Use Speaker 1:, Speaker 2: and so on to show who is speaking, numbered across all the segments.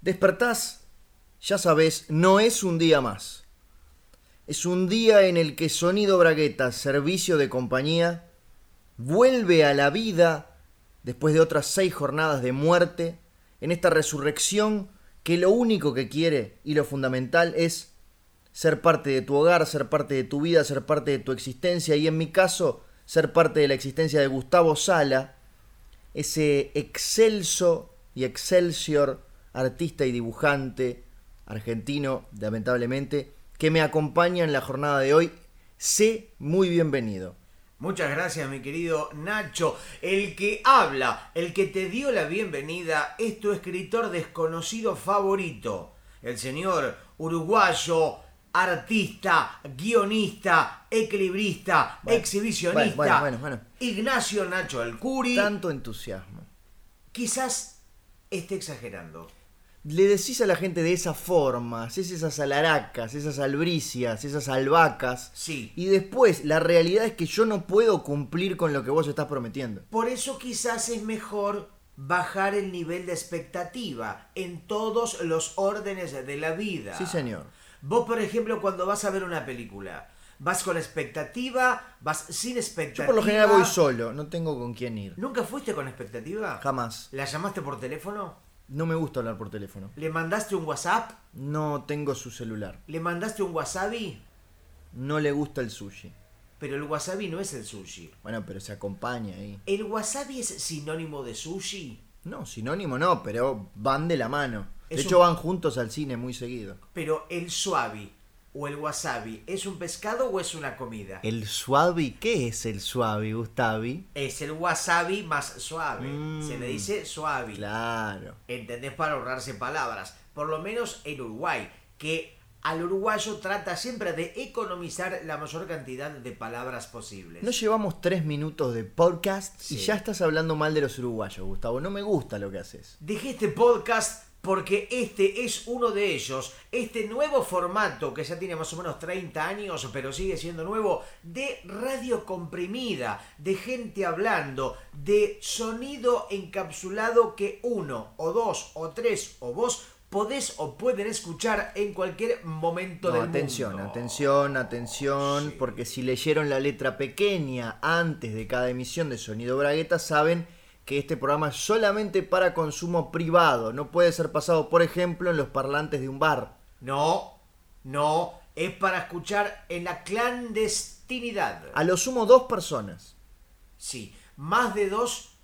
Speaker 1: Despertás, ya sabés, no es un día más. Es un día en el que Sonido Bragueta, servicio de compañía, vuelve a la vida después de otras seis jornadas de muerte, en esta resurrección que lo único que quiere y lo fundamental es ser parte de tu hogar, ser parte de tu vida, ser parte de tu existencia y en mi caso, ser parte de la existencia de Gustavo Sala, ese excelso y excelsior artista y dibujante argentino, lamentablemente, que me acompaña en la jornada de hoy. Sé muy bienvenido.
Speaker 2: Muchas gracias, mi querido Nacho. El que habla, el que te dio la bienvenida, es tu escritor desconocido favorito, el señor uruguayo, artista, guionista, equilibrista,
Speaker 1: Bueno,
Speaker 2: exhibicionista,
Speaker 1: bueno, bueno, bueno, bueno.
Speaker 2: Ignacio Nacho Alcuri.
Speaker 1: Tanto entusiasmo.
Speaker 2: Quizás esté exagerando.
Speaker 1: Le decís a la gente de esa forma, haces esas alaracas, esas albricias, esas albahacas.
Speaker 2: Sí.
Speaker 1: Y después, la realidad es que yo no puedo cumplir con lo que vos estás prometiendo.
Speaker 2: Por eso quizás es mejor bajar el nivel de expectativa en todos los órdenes de la vida.
Speaker 1: Sí, señor.
Speaker 2: Vos, por ejemplo, cuando vas a ver una película, vas con expectativa, vas sin expectativa.
Speaker 1: Yo por lo general voy solo, no tengo con quién ir.
Speaker 2: ¿Nunca fuiste con expectativa?
Speaker 1: Jamás.
Speaker 2: ¿La llamaste por teléfono?
Speaker 1: No me gusta hablar por teléfono.
Speaker 2: ¿Le mandaste un WhatsApp?
Speaker 1: No tengo su celular.
Speaker 2: ¿Le mandaste un wasabi?
Speaker 1: No le gusta el sushi.
Speaker 2: Pero el wasabi no es el sushi.
Speaker 1: Bueno, pero se acompaña ahí.
Speaker 2: ¿El wasabi es sinónimo de sushi?
Speaker 1: No, sinónimo no, pero van de la mano. De
Speaker 2: Es
Speaker 1: hecho,
Speaker 2: un-
Speaker 1: van juntos al cine muy seguido.
Speaker 2: Pero el suavi o el wasabi, ¿es un pescado o es una comida?
Speaker 1: ¿El suavi? ¿Qué es el suavi, Gustavi?
Speaker 2: Es el wasabi más suave.
Speaker 1: Mm.
Speaker 2: Se le dice suave.
Speaker 1: Claro.
Speaker 2: ¿Entendés? Para ahorrarse palabras. Por lo menos en Uruguay, que al uruguayo trata siempre de economizar la mayor cantidad de palabras posibles.
Speaker 1: No llevamos tres minutos de podcast y
Speaker 2: Sí.
Speaker 1: ya estás hablando mal de los uruguayos, Gustavo. No me gusta lo que haces.
Speaker 2: Dejé este podcast porque este es uno de ellos. Este nuevo formato, que ya tiene más o menos 30 años, pero sigue siendo nuevo, de radio comprimida, de gente hablando, de sonido encapsulado que uno, o dos, o tres, o vos podés o pueden escuchar en cualquier momento
Speaker 1: No,
Speaker 2: del
Speaker 1: atención,
Speaker 2: mundo.
Speaker 1: atención, atención,
Speaker 2: Sí.
Speaker 1: porque si leyeron la letra pequeña antes de cada emisión de Sonido Bragueta, saben que este programa es solamente para consumo privado. No puede ser pasado, por ejemplo, en los parlantes de un bar.
Speaker 2: No, no, es para escuchar en la clandestinidad.
Speaker 1: A lo sumo dos personas.
Speaker 2: Sí, más de dos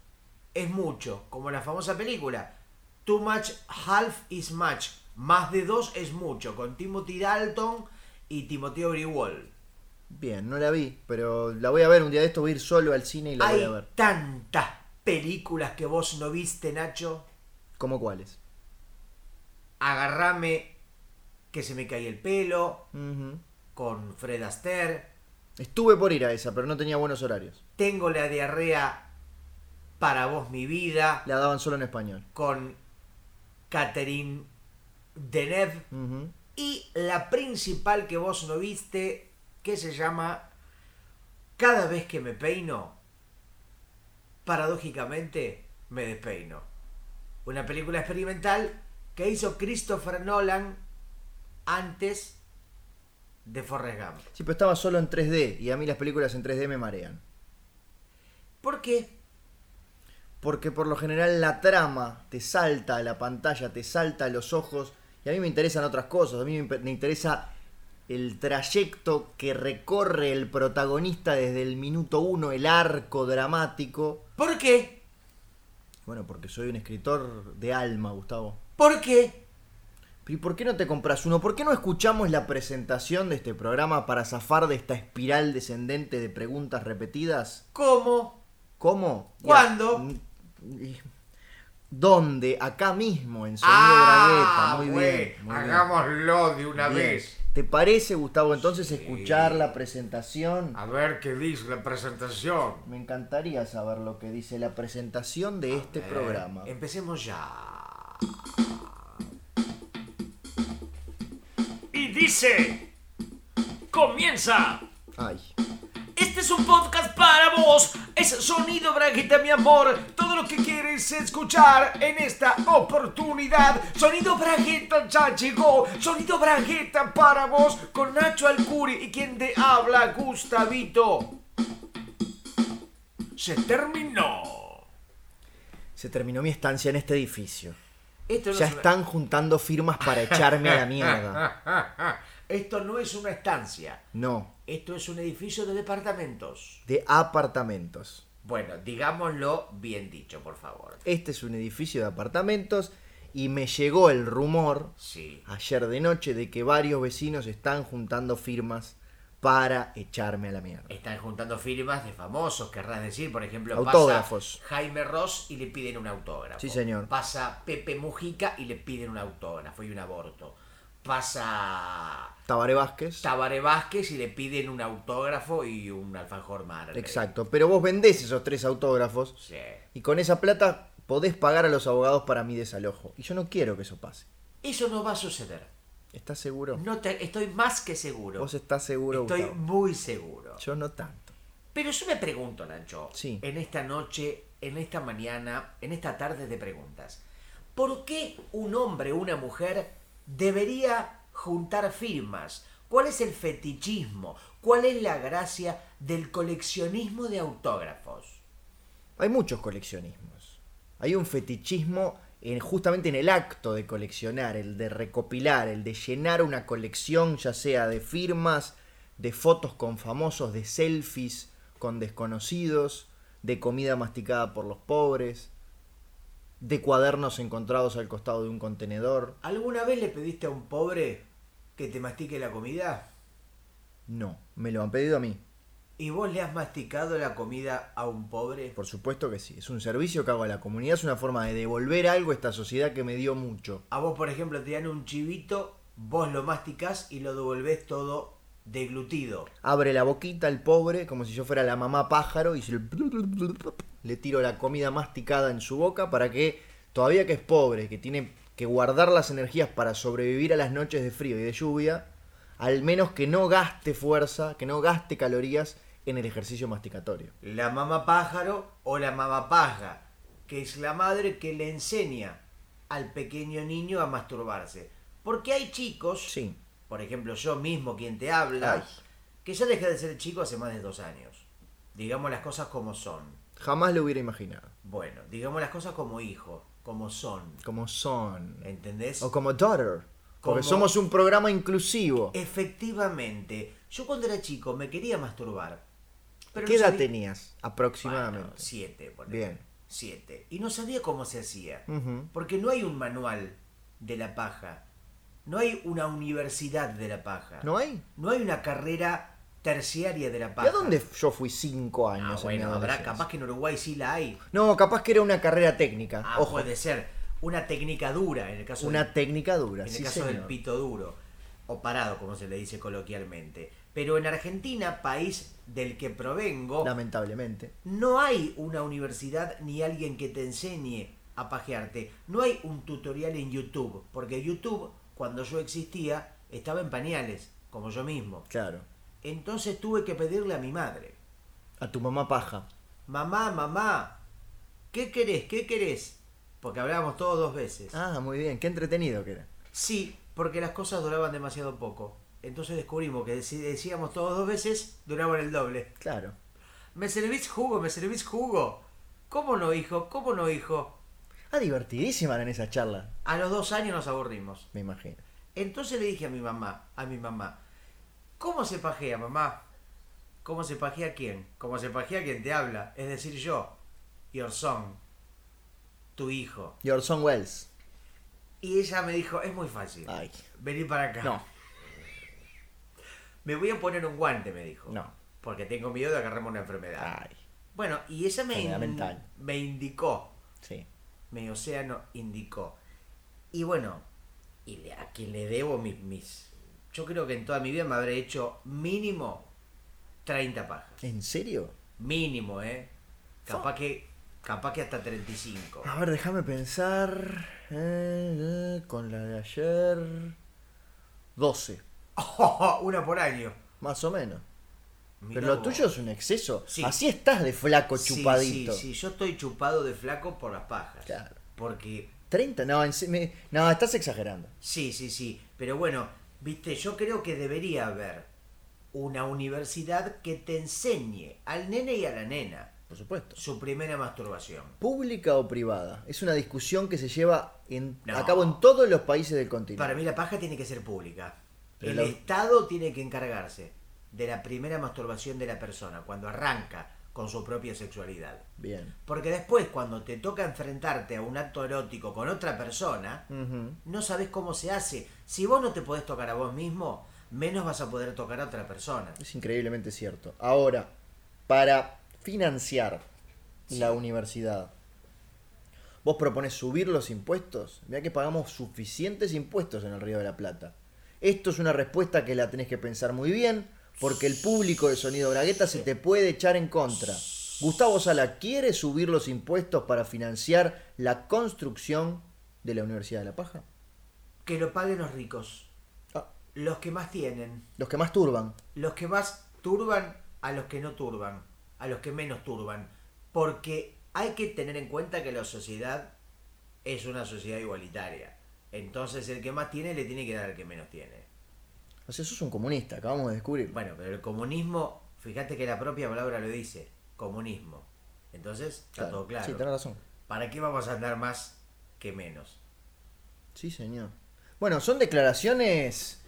Speaker 2: es mucho, como la famosa película. Too much, half is much. Más de dos es mucho, con Timothy Dalton y Timoteo Briwall.
Speaker 1: Bien, no la vi, pero la voy a ver un día de esto, voy a ir solo al cine y la voy
Speaker 2: Hay
Speaker 1: a ver.
Speaker 2: tantas películas que vos no viste, Nacho.
Speaker 1: ¿Cómo cuáles?
Speaker 2: Agarrame que se me cae el pelo,
Speaker 1: Ujú.
Speaker 2: con Fred Astaire.
Speaker 1: Estuve por ir a esa, pero no tenía buenos horarios.
Speaker 2: Tengo la diarrea para vos mi vida,
Speaker 1: La daban solo en español.
Speaker 2: con Catherine Deneuve.
Speaker 1: Ujú.
Speaker 2: y la principal que vos no viste, que se llama Cada vez que me peino, paradójicamente me despeino. Una película experimental que hizo Christopher Nolan antes de Forrest Gump.
Speaker 1: Sí, pero estaba solo en 3D y a mí las películas en 3D me marean.
Speaker 2: ¿Por qué?
Speaker 1: Porque por lo general la trama te salta a la pantalla, te salta a los ojos. Y a mí me interesan otras cosas. A mí me imp- me interesa el trayecto que recorre el protagonista desde el minuto uno, el arco dramático.
Speaker 2: ¿Por qué?
Speaker 1: Bueno, porque soy un escritor de alma, Gustavo.
Speaker 2: ¿Por qué?
Speaker 1: Pero ¿y por qué no te compras uno? ¿Por qué no escuchamos la presentación de este programa para zafar de esta espiral descendente de preguntas repetidas?
Speaker 2: ¿Cómo?
Speaker 1: ¿Cómo?
Speaker 2: ¿Cuándo?
Speaker 1: Ya. ¿Dónde? Acá mismo, en Sonido
Speaker 2: ah,
Speaker 1: Bragueta. Muy
Speaker 2: güey,
Speaker 1: bien. muy bien.
Speaker 2: hagámoslo de una
Speaker 1: Bien.
Speaker 2: vez.
Speaker 1: ¿Te parece, Gustavo, entonces
Speaker 2: Sí.
Speaker 1: escuchar la presentación?
Speaker 2: A ver qué dice la presentación.
Speaker 1: Me encantaría saber lo que dice la presentación de este
Speaker 2: Eh,
Speaker 1: programa.
Speaker 2: Empecemos ya. Y dice,
Speaker 3: ¡Comienza!
Speaker 1: Ay,
Speaker 3: Este es un podcast para vos,
Speaker 2: Es Sonido Bragueta, mi amor. Todo lo que quieres escuchar en esta oportunidad. Sonido Bragueta ya llegó. Sonido Bragueta para vos con Nacho Alcuri y quien te habla, Gustavito. Se terminó.
Speaker 1: Se terminó mi estancia en este edificio.
Speaker 2: Esto
Speaker 1: Ya
Speaker 2: es una-
Speaker 1: están juntando firmas para echarme a la mierda.
Speaker 2: Esto no es una estancia.
Speaker 1: No,
Speaker 2: Esto es un edificio de departamentos.
Speaker 1: de apartamentos.
Speaker 2: Bueno, digámoslo bien dicho, por favor.
Speaker 1: Este es un edificio de apartamentos y me llegó el rumor
Speaker 2: Sí.
Speaker 1: ayer de noche de que varios vecinos están juntando firmas para echarme a la mierda.
Speaker 2: Están juntando firmas de famosos, querrás decir, por ejemplo,
Speaker 1: Autógrafos.
Speaker 2: pasa Jaime Ross y le piden un autógrafo.
Speaker 1: Sí, señor.
Speaker 2: Pasa Pepe Mujica y le piden un autógrafo y un aborto. Pasa
Speaker 1: Tabaré Vázquez.
Speaker 2: Tabaré Vázquez y le piden un autógrafo y un alfajor mar.
Speaker 1: Exacto. Pero vos vendés esos tres autógrafos
Speaker 2: Sí.
Speaker 1: y con esa plata podés pagar a los abogados para mi desalojo. Y yo no quiero que eso pase.
Speaker 2: Eso no va a suceder.
Speaker 1: ¿Estás seguro?
Speaker 2: No te- estoy más que seguro.
Speaker 1: Vos estás seguro,
Speaker 2: estoy
Speaker 1: Gustavo.
Speaker 2: muy seguro.
Speaker 1: Yo no tanto.
Speaker 2: Pero yo me pregunto, Nacho,
Speaker 1: Sí.
Speaker 2: en esta noche, en esta mañana, en esta tarde de preguntas, ¿por qué un hombre o una mujer debería juntar firmas? ¿Cuál es el fetichismo? ¿Cuál es la gracia del coleccionismo de autógrafos?
Speaker 1: Hay muchos coleccionismos. Hay un fetichismo en- justamente en el acto de coleccionar, el de recopilar, el de llenar una colección, ya sea de firmas, de fotos con famosos, de selfies con desconocidos, de comida masticada por los pobres, de cuadernos encontrados al costado de un contenedor.
Speaker 2: ¿Alguna vez le pediste a un pobre que te mastique la comida?
Speaker 1: No, me lo han pedido a mí.
Speaker 2: ¿Y vos le has masticado la comida a un pobre?
Speaker 1: Por supuesto que sí. Es un servicio que hago a la comunidad, es una forma de devolver algo a esta sociedad que me dio mucho.
Speaker 2: A vos, por ejemplo, te dan un chivito, vos lo masticás y lo devolvés todo deglutido.
Speaker 1: Abre la boquita el pobre, como si yo fuera la mamá pájaro, y se le, le tiro la comida masticada en su boca para que, todavía que es pobre, que tiene que guardar las energías para sobrevivir a las noches de frío y de lluvia, al menos que no gaste fuerza, que no gaste calorías en el ejercicio masticatorio.
Speaker 2: la mamá pájaro o la mamá paja, que es la madre que le enseña al pequeño niño a masturbarse. Porque hay chicos,
Speaker 1: Sí,
Speaker 2: por ejemplo yo mismo quien te habla,
Speaker 1: Ay.
Speaker 2: que ya dejé de ser chico hace más de dos años. Digamos las cosas como son.
Speaker 1: jamás lo hubiera imaginado.
Speaker 2: Bueno, digamos las cosas como hijo, como son.
Speaker 1: Como son.
Speaker 2: ¿Entendés?
Speaker 1: O como daughter. Porque
Speaker 2: Como- Eh,
Speaker 1: somos un programa inclusivo.
Speaker 2: Efectivamente, yo cuando era chico me quería masturbar. Pero
Speaker 1: ¿Qué
Speaker 2: no
Speaker 1: edad
Speaker 2: sabía-
Speaker 1: tenías aproximadamente?
Speaker 2: Bueno, siete, por
Speaker 1: Bien.
Speaker 2: Siete. Y no sabía cómo se hacía.
Speaker 1: Ujú.
Speaker 2: Porque no hay un manual de la paja. No hay una universidad de la paja.
Speaker 1: ¿No hay?
Speaker 2: No hay una carrera terciaria de la
Speaker 1: ¿Y
Speaker 2: paja.
Speaker 1: a dónde yo fui cinco
Speaker 2: Ah,
Speaker 1: años? en mi
Speaker 2: bueno, habrá,
Speaker 1: adolescencia?
Speaker 2: capaz que en Uruguay sí la hay.
Speaker 1: No, capaz que era una carrera técnica.
Speaker 2: Ah,
Speaker 1: Ojo,
Speaker 2: puede ser. Una técnica dura en el caso
Speaker 1: una
Speaker 2: del-
Speaker 1: técnica dura.
Speaker 2: en el
Speaker 1: sí,
Speaker 2: caso del
Speaker 1: señor.
Speaker 2: pito duro. O parado, como se le dice coloquialmente. Pero en Argentina, país del que provengo,
Speaker 1: Lamentablemente.
Speaker 2: No hay una universidad ni alguien que te enseñe a pajearte. No hay un tutorial en YouTube, porque YouTube, cuando yo existía, estaba en pañales, como yo mismo.
Speaker 1: Claro.
Speaker 2: Entonces tuve que pedirle a mi madre,
Speaker 1: A tu mamá paja.
Speaker 2: mamá, mamá, ¿qué querés? ¿Qué querés? Porque hablábamos todos dos veces.
Speaker 1: Ah, muy bien. Qué entretenido que era.
Speaker 2: Sí, porque las cosas duraban demasiado poco. Entonces descubrimos que si decíamos todos dos veces, duraban el doble.
Speaker 1: Claro.
Speaker 2: ¿Me servís jugo? ¿Me servís jugo? ¿Cómo no, hijo? ¿Cómo no, hijo?
Speaker 1: Ah, divertidísima eran esa charla,
Speaker 2: A los dos años nos aburrimos.
Speaker 1: me imagino.
Speaker 2: Entonces le dije a mi mamá, a mi mamá, ¿cómo se pajea, mamá? ¿Cómo se pajea quién? ¿Cómo se pajea quien te habla? Es decir, yo, your son, tu hijo.
Speaker 1: Y Orson Welles.
Speaker 2: Y ella me dijo, es muy fácil,
Speaker 1: Ay.
Speaker 2: vení para acá.
Speaker 1: Ah. No.
Speaker 2: Me voy a poner un guante, me dijo.
Speaker 1: No.
Speaker 2: Porque tengo miedo de agarrarme una enfermedad.
Speaker 1: Ay.
Speaker 2: Bueno, y ella me,
Speaker 1: Enfermedad
Speaker 2: in-
Speaker 1: mental.
Speaker 2: me indicó
Speaker 1: Sí.
Speaker 2: mi océano indicó. Y bueno, y le- a quien le debo mis, mis... Yo creo que en toda mi vida me habré hecho mínimo 30 pajas.
Speaker 1: ¿En serio?
Speaker 2: Mínimo, ¿eh? Capaz que, capaz que hasta 35.
Speaker 1: A ver, déjame pensar. Eh, eh, con la de ayer. 12.
Speaker 2: Una por año.
Speaker 1: Más o menos.
Speaker 2: Mirá
Speaker 1: Pero lo
Speaker 2: vos.
Speaker 1: tuyo es un exceso.
Speaker 2: Sí.
Speaker 1: Así estás de flaco
Speaker 2: Sí,
Speaker 1: chupadito.
Speaker 2: Sí, sí, yo estoy chupado de flaco por las pajas.
Speaker 1: Claro.
Speaker 2: Porque
Speaker 1: 30, no, en se- me- no, estás exagerando.
Speaker 2: Sí, sí, sí. Pero bueno, viste, yo creo que debería haber una universidad que te enseñe al nene y a la nena
Speaker 1: Por supuesto.
Speaker 2: su primera masturbación.
Speaker 1: ¿Pública o privada? Es una discusión que se lleva en-
Speaker 2: No.
Speaker 1: a cabo en todos los países del continente.
Speaker 2: Para mí la paja tiene que ser pública.
Speaker 1: Pero
Speaker 2: El
Speaker 1: la-
Speaker 2: Estado tiene que encargarse de la primera masturbación de la persona cuando arranca con su propia sexualidad.
Speaker 1: Bien.
Speaker 2: Porque después cuando te toca enfrentarte a un acto erótico con otra persona,
Speaker 1: Ujú.
Speaker 2: no sabes cómo se hace. Si vos no te podés tocar a vos mismo, menos vas a poder tocar a otra persona.
Speaker 1: Es increíblemente cierto. Ahora, para financiar la universidad, vos propones subir los impuestos. Mirá que pagamos suficientes impuestos en el Río de la Plata. Esto es una respuesta que la tenés que pensar muy bien, porque el público de Sonido Bragueta se te puede echar en contra. Gustavo Sala quiere subir los impuestos para financiar la construcción de la Universidad de La Paja.
Speaker 2: Que lo paguen los ricos,
Speaker 1: Ah,
Speaker 2: los que más tienen,
Speaker 1: los que más turban.
Speaker 2: los que más turban a los que no turban, a los que menos turban. Porque hay que tener en cuenta que la sociedad es una sociedad igualitaria. Entonces el que más tiene le tiene que dar al que menos tiene.
Speaker 1: O sea, sos un comunista, acabamos de descubrir.
Speaker 2: Bueno, pero el comunismo, fíjate que la propia palabra lo dice, comunismo. Entonces está todo claro.
Speaker 1: Sí, tenés razón.
Speaker 2: ¿Para qué vamos a andar más que menos?
Speaker 1: Sí, señor. Bueno, son declaraciones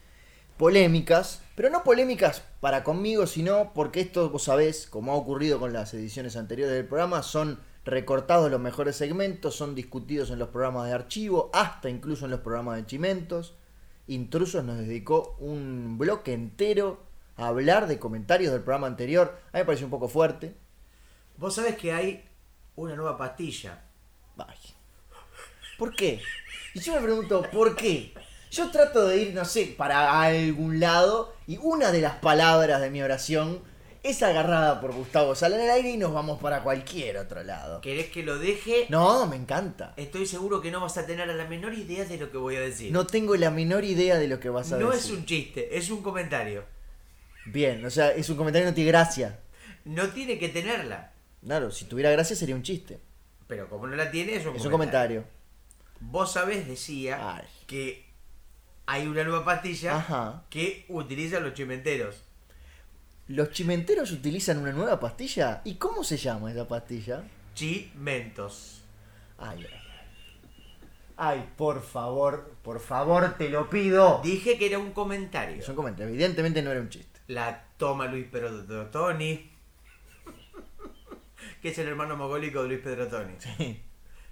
Speaker 1: polémicas, pero no polémicas para conmigo, sino porque esto, vos sabés, como ha ocurrido con las ediciones anteriores del programa, son recortados los mejores segmentos, son discutidos en los programas de archivo, hasta incluso en los programas de chimentos. Intrusos nos dedicó un bloque entero a hablar de comentarios del programa anterior. A mí me pareció un poco fuerte.
Speaker 2: Vos sabés que hay una nueva pastilla
Speaker 1: Ay. ¿Por qué? Y yo me pregunto, ¿por qué? Yo trato de ir, no sé, para algún lado y una de las palabras de mi oración es agarrada por Gustavo Sala en el aire y nos vamos para cualquier otro lado.
Speaker 2: ¿Querés que lo deje?
Speaker 1: No, me encanta.
Speaker 2: Estoy seguro que no vas a tener a la menor idea de lo que voy a decir.
Speaker 1: No tengo la menor idea de lo que vas a
Speaker 2: Eh, No es
Speaker 1: decir.
Speaker 2: un chiste, es un comentario.
Speaker 1: Bien, o sea, es un comentario que no tiene gracia.
Speaker 2: No tiene que tenerla.
Speaker 1: Claro, si tuviera gracia sería un chiste.
Speaker 2: Pero como no la tiene, es un,
Speaker 1: Es un
Speaker 2: comentario.
Speaker 1: comentario.
Speaker 2: Vos sabés, decía,
Speaker 1: Ay.
Speaker 2: que hay una nueva pastilla
Speaker 1: Ajá.
Speaker 2: que utilizan los chimenteros.
Speaker 1: Los chimenteros utilizan una nueva pastilla. ¿Y cómo se llama esa pastilla?
Speaker 2: Chimentos.
Speaker 1: Ay, ay, ay, por favor, por favor, te lo pido.
Speaker 2: Dije que era un comentario.
Speaker 1: Es un comentario, evidentemente no era un chiste.
Speaker 2: La toma Luis Pedrotoni. que es el hermano mogólico de Luis Pedrotoni.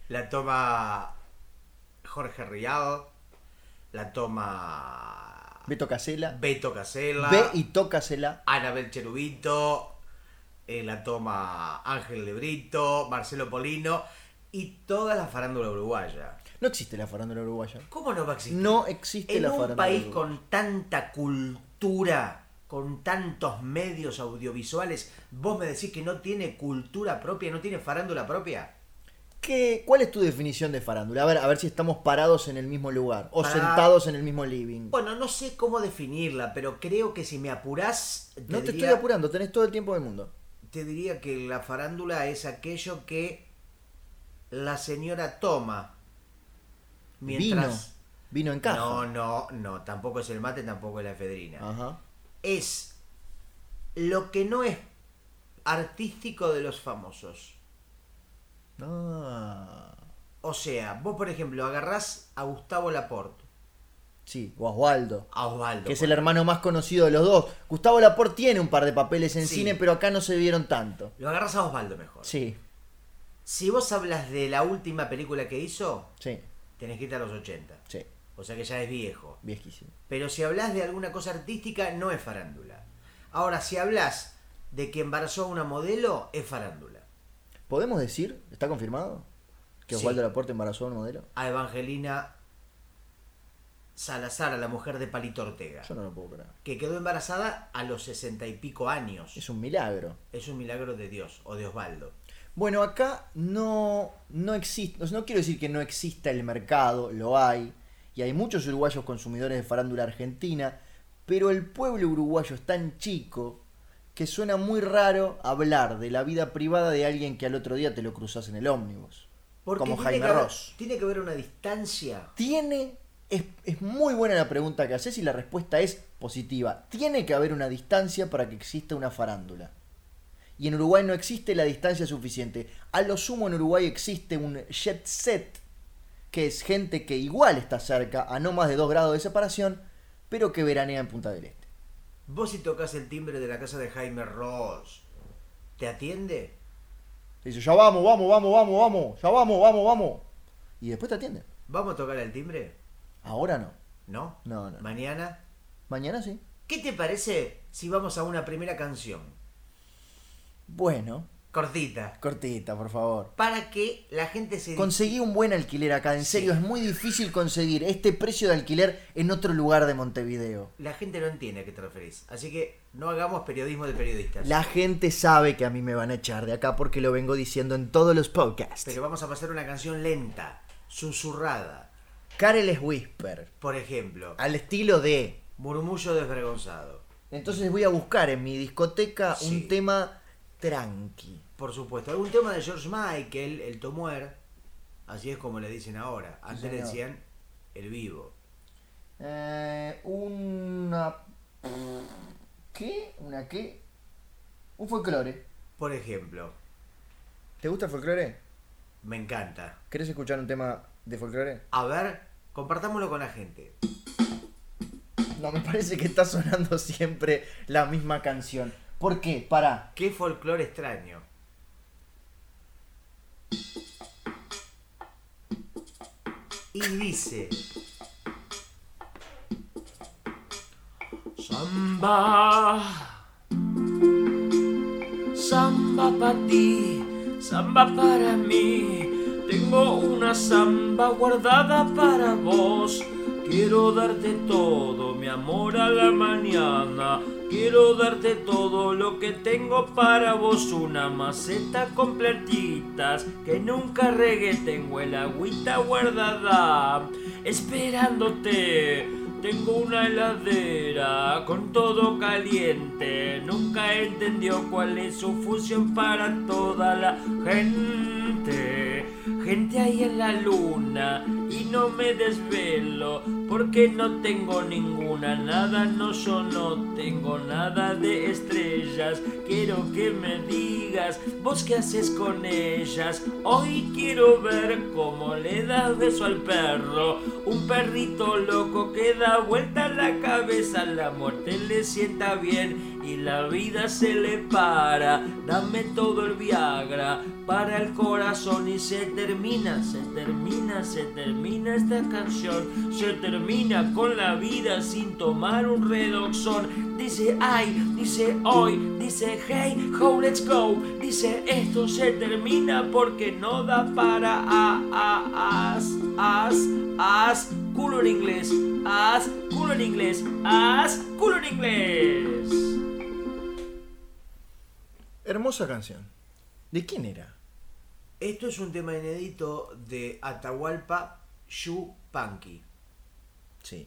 Speaker 2: La toma Jorge Rial. La toma
Speaker 1: Beto Casela,
Speaker 2: Beto Casella.
Speaker 1: ve y tócasela.
Speaker 2: Anabel Cherubito. eh, la toma Ángel Lebrito. Marcelo Polino. Y toda la farándula uruguaya.
Speaker 1: No existe la farándula uruguaya.
Speaker 2: ¿Cómo no va a existir?
Speaker 1: No existe
Speaker 2: en
Speaker 1: la
Speaker 2: un
Speaker 1: farándula
Speaker 2: país
Speaker 1: uruguaya.
Speaker 2: con tanta cultura, con tantos medios audiovisuales, vos me decís que no tiene cultura propia, no tiene farándula propia.
Speaker 1: ¿Qué- ¿Cuál es tu definición de farándula? A ver, a ver si estamos parados en el mismo lugar o
Speaker 2: Pará.
Speaker 1: sentados en el mismo living.
Speaker 2: Bueno, no sé cómo definirla, pero creo que si me apurás, te,
Speaker 1: No te
Speaker 2: diría,
Speaker 1: estoy apurando, tenés todo el tiempo del mundo.
Speaker 2: te diría que la farándula es aquello que la señora toma mientras...
Speaker 1: Vino. Vino en caja.
Speaker 2: No, no, no, tampoco es el mate, tampoco es la efedrina.
Speaker 1: Ajá.
Speaker 2: es lo que no es artístico de los famosos.
Speaker 1: Ah.
Speaker 2: O sea, vos por ejemplo agarrás a Gustavo Laporte,
Speaker 1: Sí, o Osvaldo.
Speaker 2: a Osvaldo.
Speaker 1: que es el
Speaker 2: ponele.
Speaker 1: hermano más conocido de los dos. Gustavo Laporte tiene un par de papeles en
Speaker 2: Sí.
Speaker 1: cine, pero acá no se vieron tanto.
Speaker 2: Lo agarrás a Osvaldo mejor.
Speaker 1: Sí,
Speaker 2: Si vos hablas de la última película que hizo,
Speaker 1: sí,
Speaker 2: tenés que ir a los 80.
Speaker 1: sí,
Speaker 2: O sea que ya es viejo.
Speaker 1: viejísimo.
Speaker 2: Pero si hablas de alguna cosa artística, no es farándula. Ahora, si hablas de que embarazó a una modelo, es farándula.
Speaker 1: ¿Podemos decir, está confirmado, que
Speaker 2: Sí.
Speaker 1: Osvaldo Laporte embarazó a un modelo?
Speaker 2: A Evangelina Salazar, a la mujer de Palito Ortega.
Speaker 1: Yo no lo puedo creer.
Speaker 2: que quedó embarazada a los sesenta y pico años.
Speaker 1: Es un milagro.
Speaker 2: Es un milagro de Dios o de Osvaldo.
Speaker 1: Bueno, acá no, no existe, no quiero decir que no exista el mercado, lo hay, y hay muchos uruguayos consumidores de farándula argentina, pero el pueblo uruguayo es tan chico que suena muy raro hablar de la vida privada de alguien que al otro día te lo cruzas en el ómnibus.
Speaker 2: Porque
Speaker 1: como
Speaker 2: tiene
Speaker 1: Jaime
Speaker 2: que haber-
Speaker 1: Ross.
Speaker 2: Tiene que haber una distancia.
Speaker 1: Tiene. Es, es muy buena la pregunta que haces y la respuesta es positiva. Tiene que haber una distancia para que exista una farándula. Y en Uruguay no existe la distancia suficiente. A lo sumo en Uruguay existe un jet set, que es gente que igual está cerca, a no más de 2 grados de separación, pero que veranea en Punta del Este.
Speaker 2: Vos si tocas el timbre de la casa de Jaime Ross, ¿te atiende?
Speaker 1: Dice, ya vamos, vamos, vamos, vamos, vamos, ya vamos, vamos, vamos. Y después te atienden.
Speaker 2: ¿Vamos a tocar el timbre?
Speaker 1: Ahora no.
Speaker 2: ¿No?
Speaker 1: No, no.
Speaker 2: ¿Mañana?
Speaker 1: Mañana sí.
Speaker 2: ¿Qué te parece si vamos a una primera canción?
Speaker 1: Bueno,
Speaker 2: Cortita.
Speaker 1: cortita, por favor.
Speaker 2: Para que la gente se...
Speaker 1: Conseguí un buen alquiler acá, en serio, es muy difícil conseguir este precio de alquiler en otro lugar de Montevideo.
Speaker 2: La gente no entiende a qué te referís. Así que no hagamos periodismo de periodistas.
Speaker 1: La gente sabe que a mí me van a echar de acá porque lo vengo diciendo en todos los podcasts.
Speaker 2: Pero vamos a pasar una canción lenta, susurrada.
Speaker 1: Careless Whisper,
Speaker 2: Por ejemplo,
Speaker 1: al estilo de...
Speaker 2: Murmullo Desvergonzado.
Speaker 1: Entonces voy a buscar en mi discoteca
Speaker 2: Sí.
Speaker 1: un tema tranqui.
Speaker 2: Por supuesto. Algún tema de George Michael, el Tomuer. Así es como le dicen ahora. Antes le
Speaker 1: señor.
Speaker 2: decían el vivo.
Speaker 1: Eh, una... ¿Qué? ¿Una qué? Un folclore.
Speaker 2: Por ejemplo,
Speaker 1: ¿Te gusta el folclore?
Speaker 2: me encanta.
Speaker 1: ¿Querés escuchar un tema de folclore?
Speaker 2: A ver, compartámoslo con la gente.
Speaker 1: No, me parece que está sonando siempre la misma canción. ¿Por qué? Pará.
Speaker 2: Qué folclore extraño. Y dice.
Speaker 3: Samba, samba para ti, samba para mí. Tengo una samba guardada para vos. Quiero darte todo, mi amor a la mañana. Quiero darte todo lo que tengo para vos. Una maceta con plantitas que nunca regué. Tengo el agüita guardada, esperándote. Tengo una heladera con todo caliente. Nunca entendió cuál es su función para toda la gente. Gente ahí en la luna y no me desvelo porque no tengo ninguna nada. No, yo no tengo nada de estrellas. Quiero que me digas vos qué haces con ellas. Hoy quiero ver cómo le das beso al perro. Un perrito loco que da vuelta la cabeza, la muerte le sienta bien y la vida se le para. Dame todo el Viagra para el corazón y se termina, se termina, se termina esta canción. Se termina con la vida sin tomar un redoxón. Dice ay, dice hoy, dice hey, ho, let's go. Dice esto se termina porque no da para a, a, as, as, as, culo en inglés, as, culo en inglés, as, culo en inglés.
Speaker 1: Hermosa canción. ¿De quién era?
Speaker 2: Esto es un tema inédito de Atahualpa Yupanqui.
Speaker 1: Sí.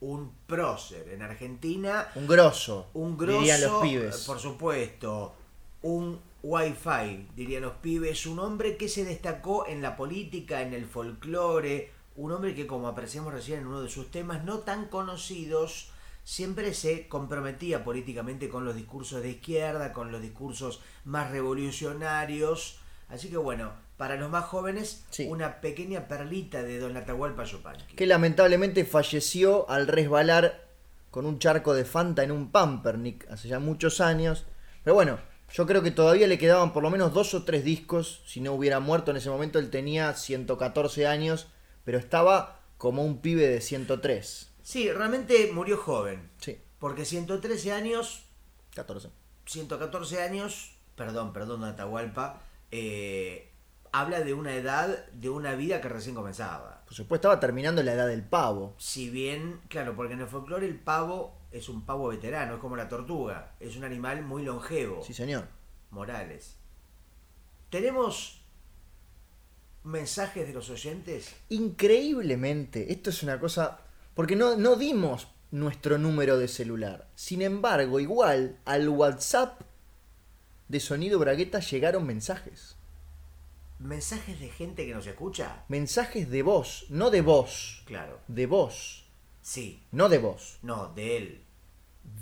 Speaker 2: Un prócer en Argentina.
Speaker 1: Un grosso. eh,
Speaker 2: Un grosso. eh,
Speaker 1: Dirían los pibes.
Speaker 2: Por supuesto. Un wifi, dirían los pibes. Un hombre que se destacó en la política, en el folclore. Un hombre que, como apreciamos recién en uno de sus temas, no tan conocidos, siempre se comprometía políticamente con los discursos de izquierda, con los discursos más revolucionarios. Así que bueno, para los más jóvenes,
Speaker 1: Sí.
Speaker 2: una pequeña perlita de Don Atahualpa Yupanqui.
Speaker 1: Que lamentablemente falleció al resbalar con un charco de Fanta en un Pampernick hace ya muchos años. Pero bueno, yo creo que todavía le quedaban por lo menos dos o tres discos. Si no hubiera muerto en ese momento, él tenía 114 años, pero estaba como un pibe de 103.
Speaker 2: Sí, realmente murió joven.
Speaker 1: Sí,
Speaker 2: Porque 113 años
Speaker 1: 14.
Speaker 2: 114 años, perdón, perdón, don Atahualpa, eh, habla de una edad, de una vida que recién comenzaba.
Speaker 1: Por supuesto, estaba terminando la edad del pavo.
Speaker 2: Si bien, claro, porque en el folclore el pavo es un pavo veterano, es como la tortuga, es un animal muy longevo.
Speaker 1: Sí, señor.
Speaker 2: Morales. ¿Tenemos mensajes de los oyentes?
Speaker 1: Increíblemente, esto es una cosa. Porque no, no dimos nuestro número de celular. Sin embargo, igual al WhatsApp de Sonido Bragueta llegaron mensajes.
Speaker 2: ¿Mensajes de gente que nos escucha?
Speaker 1: Mensajes de voz, no de voz,
Speaker 2: Claro.
Speaker 1: de voz,
Speaker 2: Sí.
Speaker 1: no de voz,
Speaker 2: No, de él.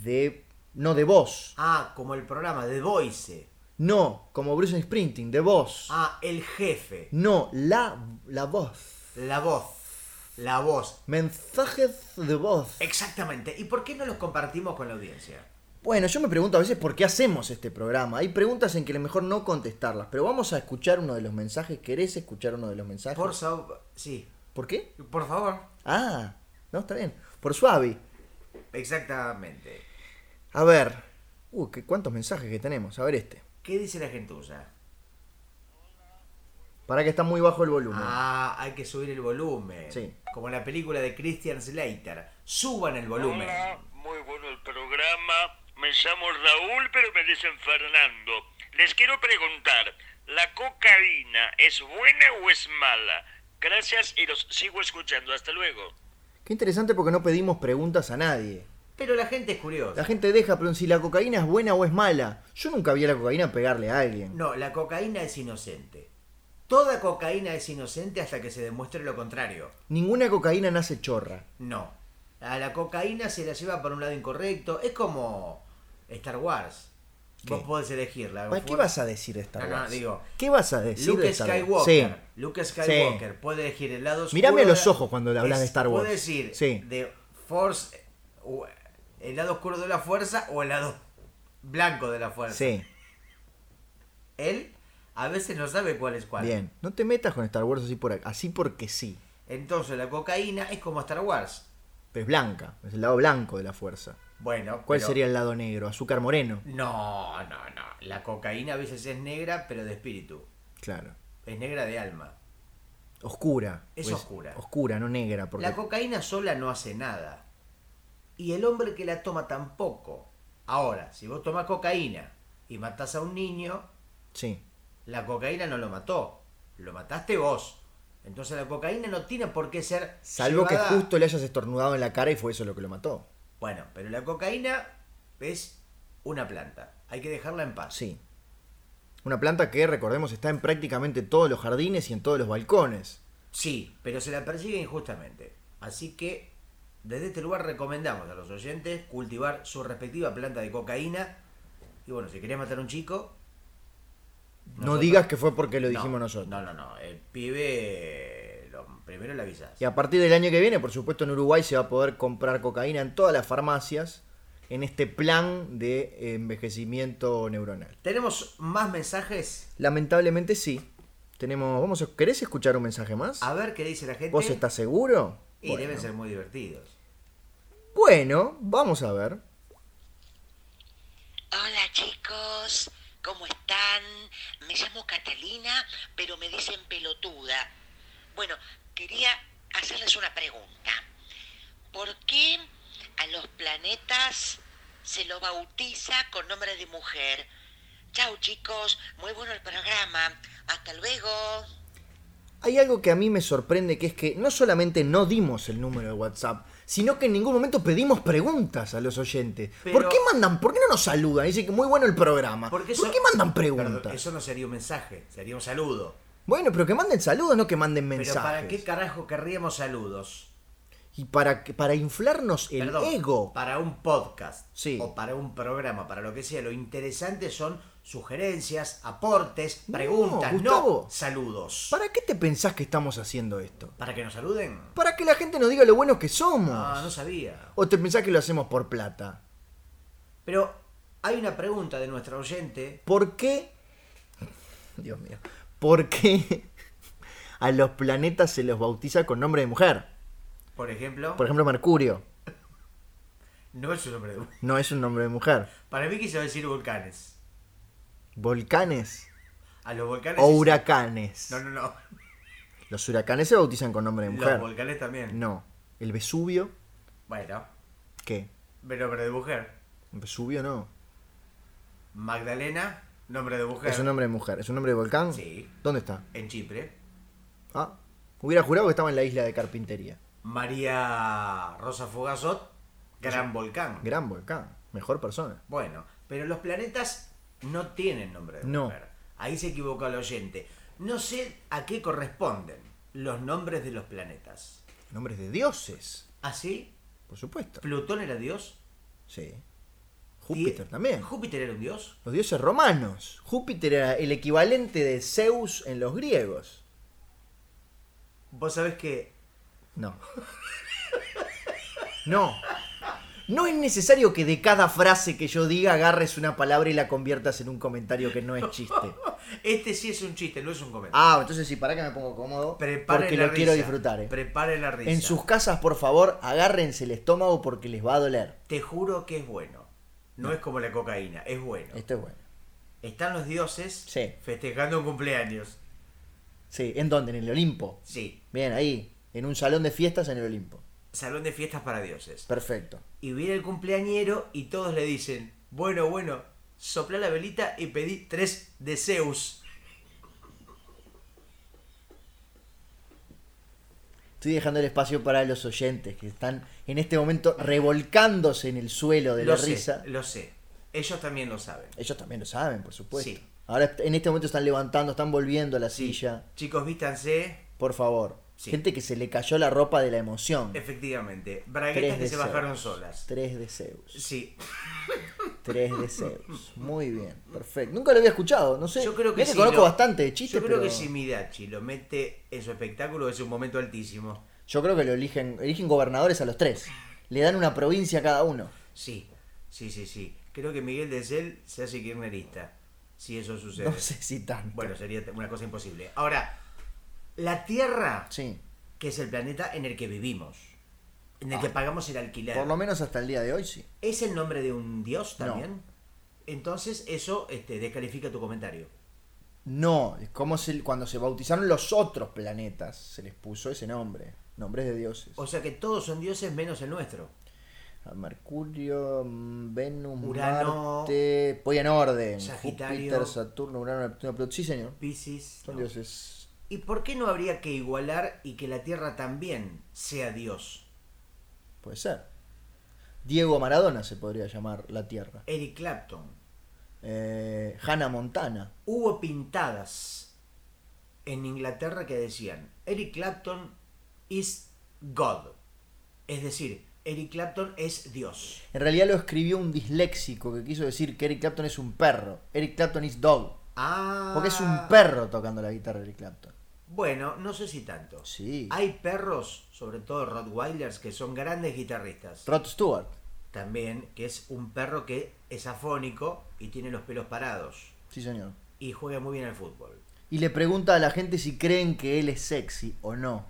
Speaker 1: de no de voz,
Speaker 2: Ah, como el programa de Voice.
Speaker 1: no, como Bruce Sprinting, de voz.
Speaker 2: Ah, el jefe.
Speaker 1: No, la la voz.
Speaker 2: La voz. La voz.
Speaker 1: Mensajes de voz.
Speaker 2: Exactamente. ¿Y por qué no los compartimos con la audiencia?
Speaker 1: Bueno, yo me pregunto a veces por qué hacemos este programa. Hay preguntas en que es mejor no contestarlas, pero vamos a escuchar uno de los mensajes. ¿Querés escuchar uno de los mensajes?
Speaker 2: Por favor. Sí.
Speaker 1: ¿Por qué?
Speaker 2: Por favor.
Speaker 1: Ah, no, está bien. Por Suavi.
Speaker 2: Exactamente.
Speaker 1: A ver. Uh, qué, cuántos mensajes que tenemos. A ver este.
Speaker 2: ¿Qué dice la gentuza?
Speaker 1: Para que está muy bajo el volumen.
Speaker 2: Ah, hay que subir el volumen.
Speaker 1: Sí.
Speaker 2: Como en la película de Christian Slater. Suban el volumen.
Speaker 4: Hola, muy bueno el programa. Me llamo Raúl, pero me dicen Fernando. Les quiero preguntar, ¿la cocaína es buena o es mala? Gracias y los sigo escuchando. Hasta luego.
Speaker 1: Qué interesante porque no pedimos preguntas a nadie.
Speaker 2: Pero la gente es curiosa.
Speaker 1: La gente deja, pero si la cocaína es buena o es mala. Yo nunca vi a la cocaína pegarle a alguien.
Speaker 2: No, la cocaína es inocente. Toda cocaína es inocente hasta que se demuestre lo contrario.
Speaker 1: Ninguna cocaína nace chorra.
Speaker 2: No. A la cocaína se la lleva para un lado incorrecto. Es como Star Wars. Vos
Speaker 1: ¿Qué?
Speaker 2: podés elegirla.
Speaker 1: Pa, ¿Qué vas a decir de Star
Speaker 2: No, no,
Speaker 1: Wars?
Speaker 2: digo,
Speaker 1: ¿Qué vas a decir de
Speaker 2: Luke
Speaker 1: Star Wars? Sí.
Speaker 2: Skywalker. Luke Skywalker puede elegir el lado oscuro.
Speaker 1: Mírame a
Speaker 2: de-
Speaker 1: los ojos cuando le hablas de Star Wars.
Speaker 2: Puede decir
Speaker 1: Sí.
Speaker 2: de Force o el lado oscuro de la fuerza o el lado blanco de la fuerza.
Speaker 1: Sí,
Speaker 2: Él a veces no sabe cuál es cuál.
Speaker 1: bien. No te metas con Star Wars así, por, ac- así porque sí.
Speaker 2: Entonces la cocaína es como Star Wars.
Speaker 1: Pero es blanca, es el lado blanco de la fuerza.
Speaker 2: Bueno,
Speaker 1: ¿Cuál
Speaker 2: pero-
Speaker 1: sería el lado negro? Azúcar moreno.
Speaker 2: No, no, no. La cocaína a veces es negra, pero de espíritu.
Speaker 1: Claro.
Speaker 2: Es negra de alma.
Speaker 1: Oscura. Pues,
Speaker 2: Es oscura.
Speaker 1: Oscura, no negra. Porque
Speaker 2: La cocaína sola no hace nada. Y el hombre que la toma tampoco. Ahora, si vos tomás cocaína y matás a un niño,
Speaker 1: sí.
Speaker 2: la cocaína no lo mató. Lo mataste vos. Entonces la cocaína no tiene por qué ser.
Speaker 1: Salvo
Speaker 2: llevada-
Speaker 1: que justo le hayas estornudado en la cara y fue eso lo que lo mató.
Speaker 2: Bueno, pero la cocaína es una planta. Hay que dejarla en paz.
Speaker 1: Sí. Una planta que, recordemos, está en prácticamente todos los jardines y en todos los balcones.
Speaker 2: Sí, pero se la persigue injustamente. Así que desde este lugar recomendamos a los oyentes cultivar su respectiva planta de cocaína. Y bueno, si querés matar a un chico...
Speaker 1: no
Speaker 2: nosotros-
Speaker 1: digas que fue porque lo
Speaker 2: No,
Speaker 1: dijimos nosotros.
Speaker 2: No, no, no. El pibe... lo- primero le avisas.
Speaker 1: Y a partir del año que viene, por supuesto, en Uruguay se va a poder comprar cocaína en todas las farmacias en este plan de envejecimiento neuronal.
Speaker 2: Tenemos más mensajes.
Speaker 1: Lamentablemente sí. Tenemos, vamos a, ¿Querés escuchar un mensaje más?
Speaker 2: A ver qué dice la gente.
Speaker 1: ¿Vos estás seguro?
Speaker 2: Y
Speaker 1: bueno.
Speaker 2: deben ser muy divertidos.
Speaker 1: Bueno, vamos a ver.
Speaker 5: Hola chicos, ¿cómo están? Me llamo Catalina, pero me dicen pelotuda. Bueno, quería hacerles una pregunta. ¿Por qué a los planetas se lo bautiza con nombre de mujer? Chao chicos, muy bueno el programa. Hasta luego.
Speaker 1: Hay algo que a mí me sorprende, que es que no solamente no dimos el número de WhatsApp, sino que en ningún momento pedimos preguntas a los oyentes. ¿Por
Speaker 2: Pero-
Speaker 1: qué mandan? ¿Por qué no nos saludan? Dicen que muy bueno el programa.
Speaker 2: Porque
Speaker 1: ¿Por
Speaker 2: eso-
Speaker 1: qué mandan
Speaker 2: Perdón,
Speaker 1: preguntas?
Speaker 2: eso no sería un mensaje, sería un saludo.
Speaker 1: Bueno, pero que manden saludos, no que manden mensajes.
Speaker 2: Pero ¿para qué carajo querríamos saludos?
Speaker 1: Y para, que- para inflarnos el
Speaker 2: Perdón,
Speaker 1: ego.
Speaker 2: Para un podcast
Speaker 1: Sí.
Speaker 2: o para un programa, para lo que sea, lo interesante son sugerencias, aportes, preguntas, no,
Speaker 1: Gustavo.
Speaker 2: saludos.
Speaker 1: ¿Para qué te pensás que estamos haciendo esto?
Speaker 2: ¿Para que nos saluden?
Speaker 1: Para que la gente nos diga lo buenos que somos.
Speaker 2: Ah, no sabía.
Speaker 1: ¿O te pensás que lo hacemos por plata?
Speaker 2: Pero hay una pregunta de nuestra oyente.
Speaker 1: ¿Por qué? Dios mío. ¿Por qué a los planetas se los bautiza con nombre de mujer?
Speaker 2: Por ejemplo,
Speaker 1: Por ejemplo, Mercurio.
Speaker 2: no es un nombre de...
Speaker 1: No es un nombre de mujer.
Speaker 2: Para mí quiso decir volcanes.
Speaker 1: Volcanes
Speaker 2: A los volcanes...
Speaker 1: o huracanes.
Speaker 2: No, no, no.
Speaker 1: Los huracanes se bautizan con nombre de
Speaker 2: Los
Speaker 1: mujer.
Speaker 2: volcanes también.
Speaker 1: No. El Vesubio,
Speaker 2: Bueno,
Speaker 1: ¿qué?
Speaker 2: nombre de mujer.
Speaker 1: Vesubio no.
Speaker 2: Magdalena, nombre de mujer.
Speaker 1: Es un nombre de mujer. ¿Es un nombre de volcán?
Speaker 2: Sí.
Speaker 1: ¿Dónde está?
Speaker 2: En Chipre.
Speaker 1: Ah, hubiera jurado que estaba en la isla de Carpintería.
Speaker 2: María Rosa Fugazot, Gran volcán.
Speaker 1: Gran volcán. Mejor persona.
Speaker 2: Bueno, pero los planetas no tienen nombre de
Speaker 1: No.
Speaker 2: mujer. Ahí se equivocó el oyente. No sé a qué corresponden los nombres de los planetas.
Speaker 1: Nombres de dioses,
Speaker 2: ¿Así?
Speaker 1: por supuesto.
Speaker 2: ¿Plutón era dios?
Speaker 1: Sí. Júpiter
Speaker 2: Tie-
Speaker 1: también.
Speaker 2: ¿Júpiter era un dios?
Speaker 1: Los dioses romanos. Júpiter era el equivalente de Zeus en los griegos.
Speaker 2: Vos sabés que
Speaker 1: No. No. No es necesario que de cada frase que yo diga agarres una palabra y la conviertas en un comentario que no es chiste.
Speaker 2: este sí es un chiste, no es un comentario.
Speaker 1: Ah, entonces sí, para que me pongo cómodo.
Speaker 2: Preparen
Speaker 1: Ah, porque
Speaker 2: la
Speaker 1: lo quiero
Speaker 2: risa.
Speaker 1: disfrutar. eh.
Speaker 2: Preparen la risa.
Speaker 1: En sus casas, por favor, agárrense el estómago porque les va a doler.
Speaker 2: Te juro que es bueno. No, es como la cocaína, es bueno.
Speaker 1: Esto es bueno.
Speaker 2: Están los dioses
Speaker 1: Sí.
Speaker 2: festejando un cumpleaños.
Speaker 1: Sí, ¿en dónde? En el Olimpo.
Speaker 2: Sí,
Speaker 1: Bien, ahí. En un salón de fiestas en el Olimpo.
Speaker 2: salón de fiestas para dioses.
Speaker 1: Perfecto.
Speaker 2: Y viene el cumpleañero y todos le dicen, bueno, bueno, sopla la velita y pedí tres deseos.
Speaker 1: Estoy dejando el espacio para los oyentes que están en este momento revolcándose en el suelo de
Speaker 2: lo
Speaker 1: la
Speaker 2: sé,
Speaker 1: risa.
Speaker 2: lo sé. Ellos también lo saben.
Speaker 1: Ellos también lo saben, por supuesto.
Speaker 2: Sí.
Speaker 1: Ahora est- en este momento están levantando, están volviendo a la
Speaker 2: Sí.
Speaker 1: silla.
Speaker 2: Chicos, vístanse.
Speaker 1: Por favor.
Speaker 2: Sí.
Speaker 1: Gente que se le cayó la ropa de la emoción.
Speaker 2: Efectivamente, braguetas que se
Speaker 1: deseos.
Speaker 2: bajaron solas.
Speaker 1: Tres de Zeus.
Speaker 2: Sí,
Speaker 1: Tres de Zeus. Muy bien. Perfecto. Nunca lo había escuchado, no sé.
Speaker 2: yo creo que
Speaker 1: Mirá
Speaker 2: sí.
Speaker 1: conozco
Speaker 2: lo-
Speaker 1: bastante de chistes,
Speaker 2: Yo creo que
Speaker 1: pero
Speaker 2: si Midachi lo mete en su espectáculo es un momento altísimo.
Speaker 1: yo creo que lo eligen, eligen gobernadores a los tres. Le dan una provincia a cada uno.
Speaker 2: Sí, sí, sí, sí. Creo que Miguel de Cel se hace kirchnerista. Si eso sucede.
Speaker 1: No sé si tanto.
Speaker 2: Bueno, sería una cosa imposible. Ahora, la Tierra,
Speaker 1: Sí.
Speaker 2: que es el planeta en el que vivimos, en el que pagamos el alquiler,
Speaker 1: Ah. Por lo menos hasta el día de hoy sí.
Speaker 2: ¿es el nombre de un dios
Speaker 1: No.
Speaker 2: también? Entonces, eso este, descalifica tu comentario.
Speaker 1: No, es como se- cuando se bautizaron los otros planetas se les puso ese nombre. Nombres de dioses.
Speaker 2: O sea que todos son dioses menos el nuestro.
Speaker 1: A Mercurio, mm, Venus,
Speaker 2: Urano,
Speaker 1: Marte, voy en orden.
Speaker 2: Sagitario.
Speaker 1: Júpiter, Saturno, Urano, Neptuno, Plutón. Sí, señor.
Speaker 2: Piscis.
Speaker 1: Son
Speaker 2: no.
Speaker 1: dioses.
Speaker 2: ¿Y por qué no habría que igualar y que la Tierra también sea dios?
Speaker 1: Puede ser. Diego Maradona se podría llamar la Tierra.
Speaker 2: Eric Clapton,
Speaker 1: Eh, Hannah Montana.
Speaker 2: hubo pintadas en Inglaterra que decían Eric Clapton is God. Es decir, Eric Clapton es Dios.
Speaker 1: En realidad lo escribió un disléxico que quiso decir que Eric Clapton es un perro. Eric Clapton is dog.
Speaker 2: Ah.
Speaker 1: Porque es un perro tocando la guitarra Eric Clapton.
Speaker 2: Bueno, no sé si tanto.
Speaker 1: Sí.
Speaker 2: Hay perros, sobre todo Rottweilers, que son grandes guitarristas.
Speaker 1: Rod Stewart.
Speaker 2: También, que es un perro que es afónico y tiene los pelos parados.
Speaker 1: Sí, señor.
Speaker 2: Y juega muy bien al fútbol.
Speaker 1: Y le pregunta a la gente si creen que él es sexy o no.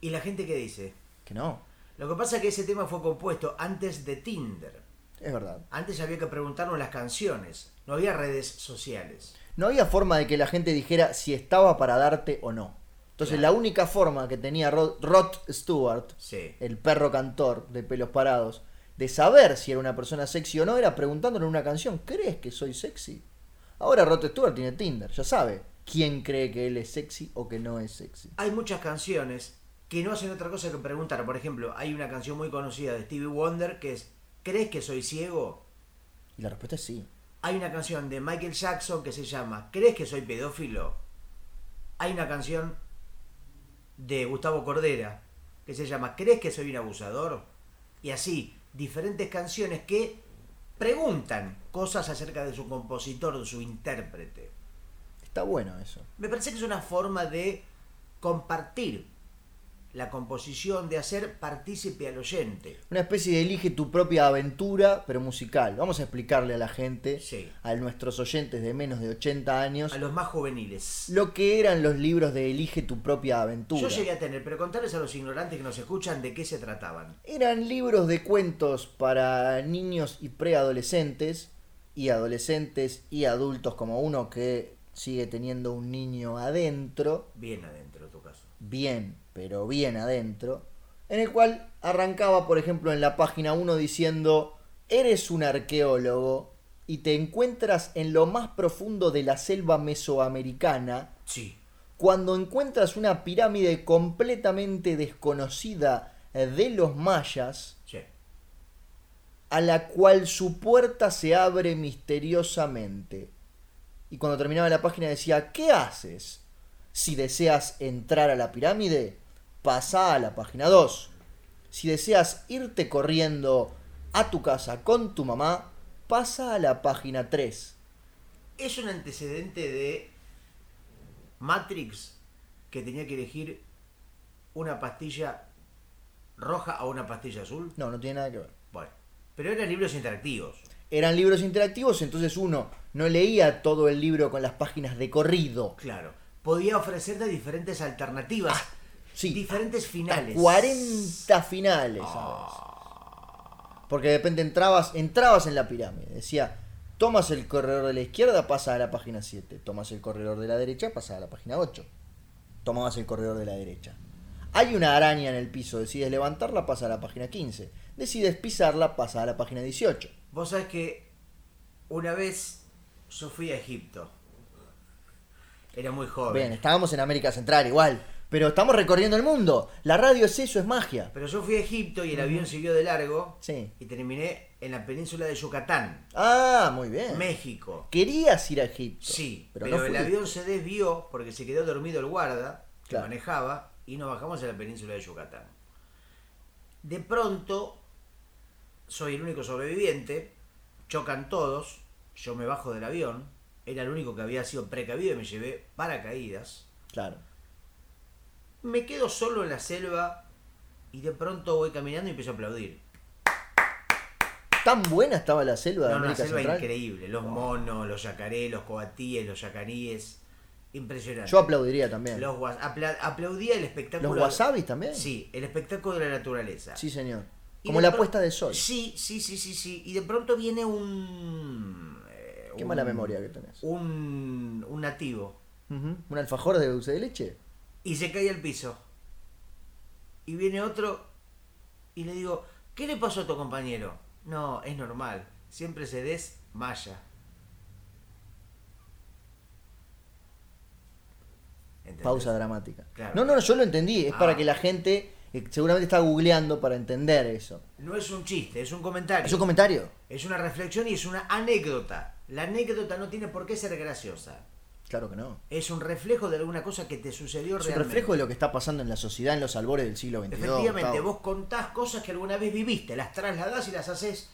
Speaker 2: ¿Y la gente que dice?
Speaker 1: Que no.
Speaker 2: Lo que pasa es que ese tema fue compuesto antes de Tinder.
Speaker 1: Es verdad.
Speaker 2: Antes había que preguntarnos las canciones, no había redes sociales.
Speaker 1: No había forma de que la gente dijera si estaba para darte o no. Entonces la única forma que tenía Rod, Rod Stewart,
Speaker 2: Sí.
Speaker 1: el perro cantor de pelos parados, de saber si era una persona sexy o no, era preguntándole en una canción, ¿crees que soy sexy? Ahora Rod Stewart tiene Tinder, ya sabe quién cree que él es sexy o que no es sexy.
Speaker 2: Hay muchas canciones que no hacen otra cosa que preguntar. Por ejemplo, hay una canción muy conocida de Stevie Wonder que es ¿Crees que soy ciego?
Speaker 1: Y la respuesta es sí.
Speaker 2: Hay una canción de Michael Jackson que se llama ¿Crees que soy pedófilo? Hay una canción de Gustavo Cordera que se llama ¿Crees que soy un abusador? Y así, diferentes canciones que preguntan cosas acerca de su compositor, de su intérprete.
Speaker 1: Está bueno eso.
Speaker 2: Me parece que es una forma de compartir la composición, de hacer partícipe al oyente.
Speaker 1: Una especie de elige tu propia aventura, pero musical. Vamos a explicarle a la gente,
Speaker 2: Sí.
Speaker 1: a nuestros oyentes de menos de 80 años,
Speaker 2: A los más juveniles.
Speaker 1: lo que eran los libros de Elige tu propia aventura.
Speaker 2: Yo llegué a tener, pero contarles a los ignorantes que nos escuchan de qué se trataban.
Speaker 1: Eran libros de cuentos para niños y preadolescentes, y adolescentes y adultos como uno que sigue teniendo un niño adentro,
Speaker 2: Bien adentro tu caso.
Speaker 1: bien, pero bien adentro, en el cual arrancaba, por ejemplo, en la página 1 diciendo, eres un arqueólogo y te encuentras en lo más profundo de la selva mesoamericana,
Speaker 2: Sí.
Speaker 1: cuando encuentras una pirámide completamente desconocida de los eh, mayas,
Speaker 2: Sí.
Speaker 1: a la cual su puerta se abre misteriosamente. Y cuando terminaba la página decía, ¿qué haces? Si deseas entrar a la pirámide, pasa a la página 2. Si deseas irte corriendo a tu casa con tu mamá, pasa a la página 3.
Speaker 2: Es un antecedente de Matrix que tenía que elegir una pastilla roja o una pastilla azul.
Speaker 1: No, no tiene nada que ver.
Speaker 2: Bueno, pero eran libros interactivos.
Speaker 1: Eran libros interactivos, entonces uno no leía todo el libro con las páginas de corrido.
Speaker 2: Claro, podía ofrecerte diferentes alternativas,
Speaker 1: Ah, sí.
Speaker 2: diferentes finales.
Speaker 1: 40 finales. ¿sabes? Porque de repente entrabas, entrabas en la pirámide. Decía, tomas el corredor de la izquierda, pasa a la página 7. Tomas el corredor de la derecha, pasa a la página 8. Tomabas el corredor de la derecha. Hay una araña en el piso, decides levantarla, pasa a la página 15. Decides pisarla, pasa a la página 18.
Speaker 2: Vos sabés que una vez yo fui a Egipto. Era muy joven.
Speaker 1: Bien, estábamos en América Central igual, pero estamos recorriendo el mundo. La radio es eso, es magia.
Speaker 2: Pero yo fui a Egipto y el avión siguió de largo.
Speaker 1: Sí.
Speaker 2: Y terminé en la península de Yucatán,
Speaker 1: Ah, muy bien.
Speaker 2: México.
Speaker 1: Querías ir a Egipto.
Speaker 2: Sí, pero,
Speaker 1: pero, no
Speaker 2: el
Speaker 1: fuiste.
Speaker 2: avión se desvió porque se quedó dormido el guarda que
Speaker 1: Claro.
Speaker 2: manejaba y nos bajamos en la península de Yucatán. De pronto, soy el único sobreviviente, chocan todos, yo me bajo del avión, era el único que había sido precavido y me llevé paracaídas.
Speaker 1: Claro.
Speaker 2: Me quedo solo en la selva y de pronto voy caminando y empiezo a aplaudir.
Speaker 1: Tan buena estaba la selva de
Speaker 2: No, una
Speaker 1: América
Speaker 2: selva
Speaker 1: Central.
Speaker 2: increíble, los monos, los yacarés, los coatíes, los yacaríes, impresionante.
Speaker 1: Yo aplaudiría también. Los,
Speaker 2: Los guas- apla- aplaudía el espectáculo.
Speaker 1: wasabis también.
Speaker 2: Sí, el espectáculo de la naturaleza.
Speaker 1: Sí, señor.
Speaker 2: Y
Speaker 1: Como
Speaker 2: de
Speaker 1: la
Speaker 2: pro-
Speaker 1: puesta de sol.
Speaker 2: Sí, sí, sí, sí, sí. Y de pronto viene un. eh,
Speaker 1: Qué
Speaker 2: un-
Speaker 1: mala memoria que tenés.
Speaker 2: Uh. Un, un nativo.
Speaker 1: Ujú. ¿Un alfajor de dulce de leche?
Speaker 2: Y se cae al piso. Y viene otro. Y le digo, ¿qué le pasó a tu compañero? No, es normal. Siempre se desmaya. ¿Entendés?
Speaker 1: Pausa dramática.
Speaker 2: Claro.
Speaker 1: No, no, no, yo lo entendí. Es
Speaker 2: Ah.
Speaker 1: para que la gente eh, seguramente está googleando para entender eso.
Speaker 2: No es un chiste, es un comentario.
Speaker 1: ¿Es un comentario?
Speaker 2: Es una reflexión y es una anécdota. La anécdota no tiene por qué ser graciosa.
Speaker 1: Claro que no.
Speaker 2: Es un reflejo de alguna cosa que te sucedió
Speaker 1: Es un
Speaker 2: realmente.
Speaker 1: reflejo de lo que está pasando en la sociedad en los albores del siglo XXII.
Speaker 2: Efectivamente,
Speaker 1: Gustavo.
Speaker 2: vos contás cosas que alguna vez viviste, las trasladás y las haces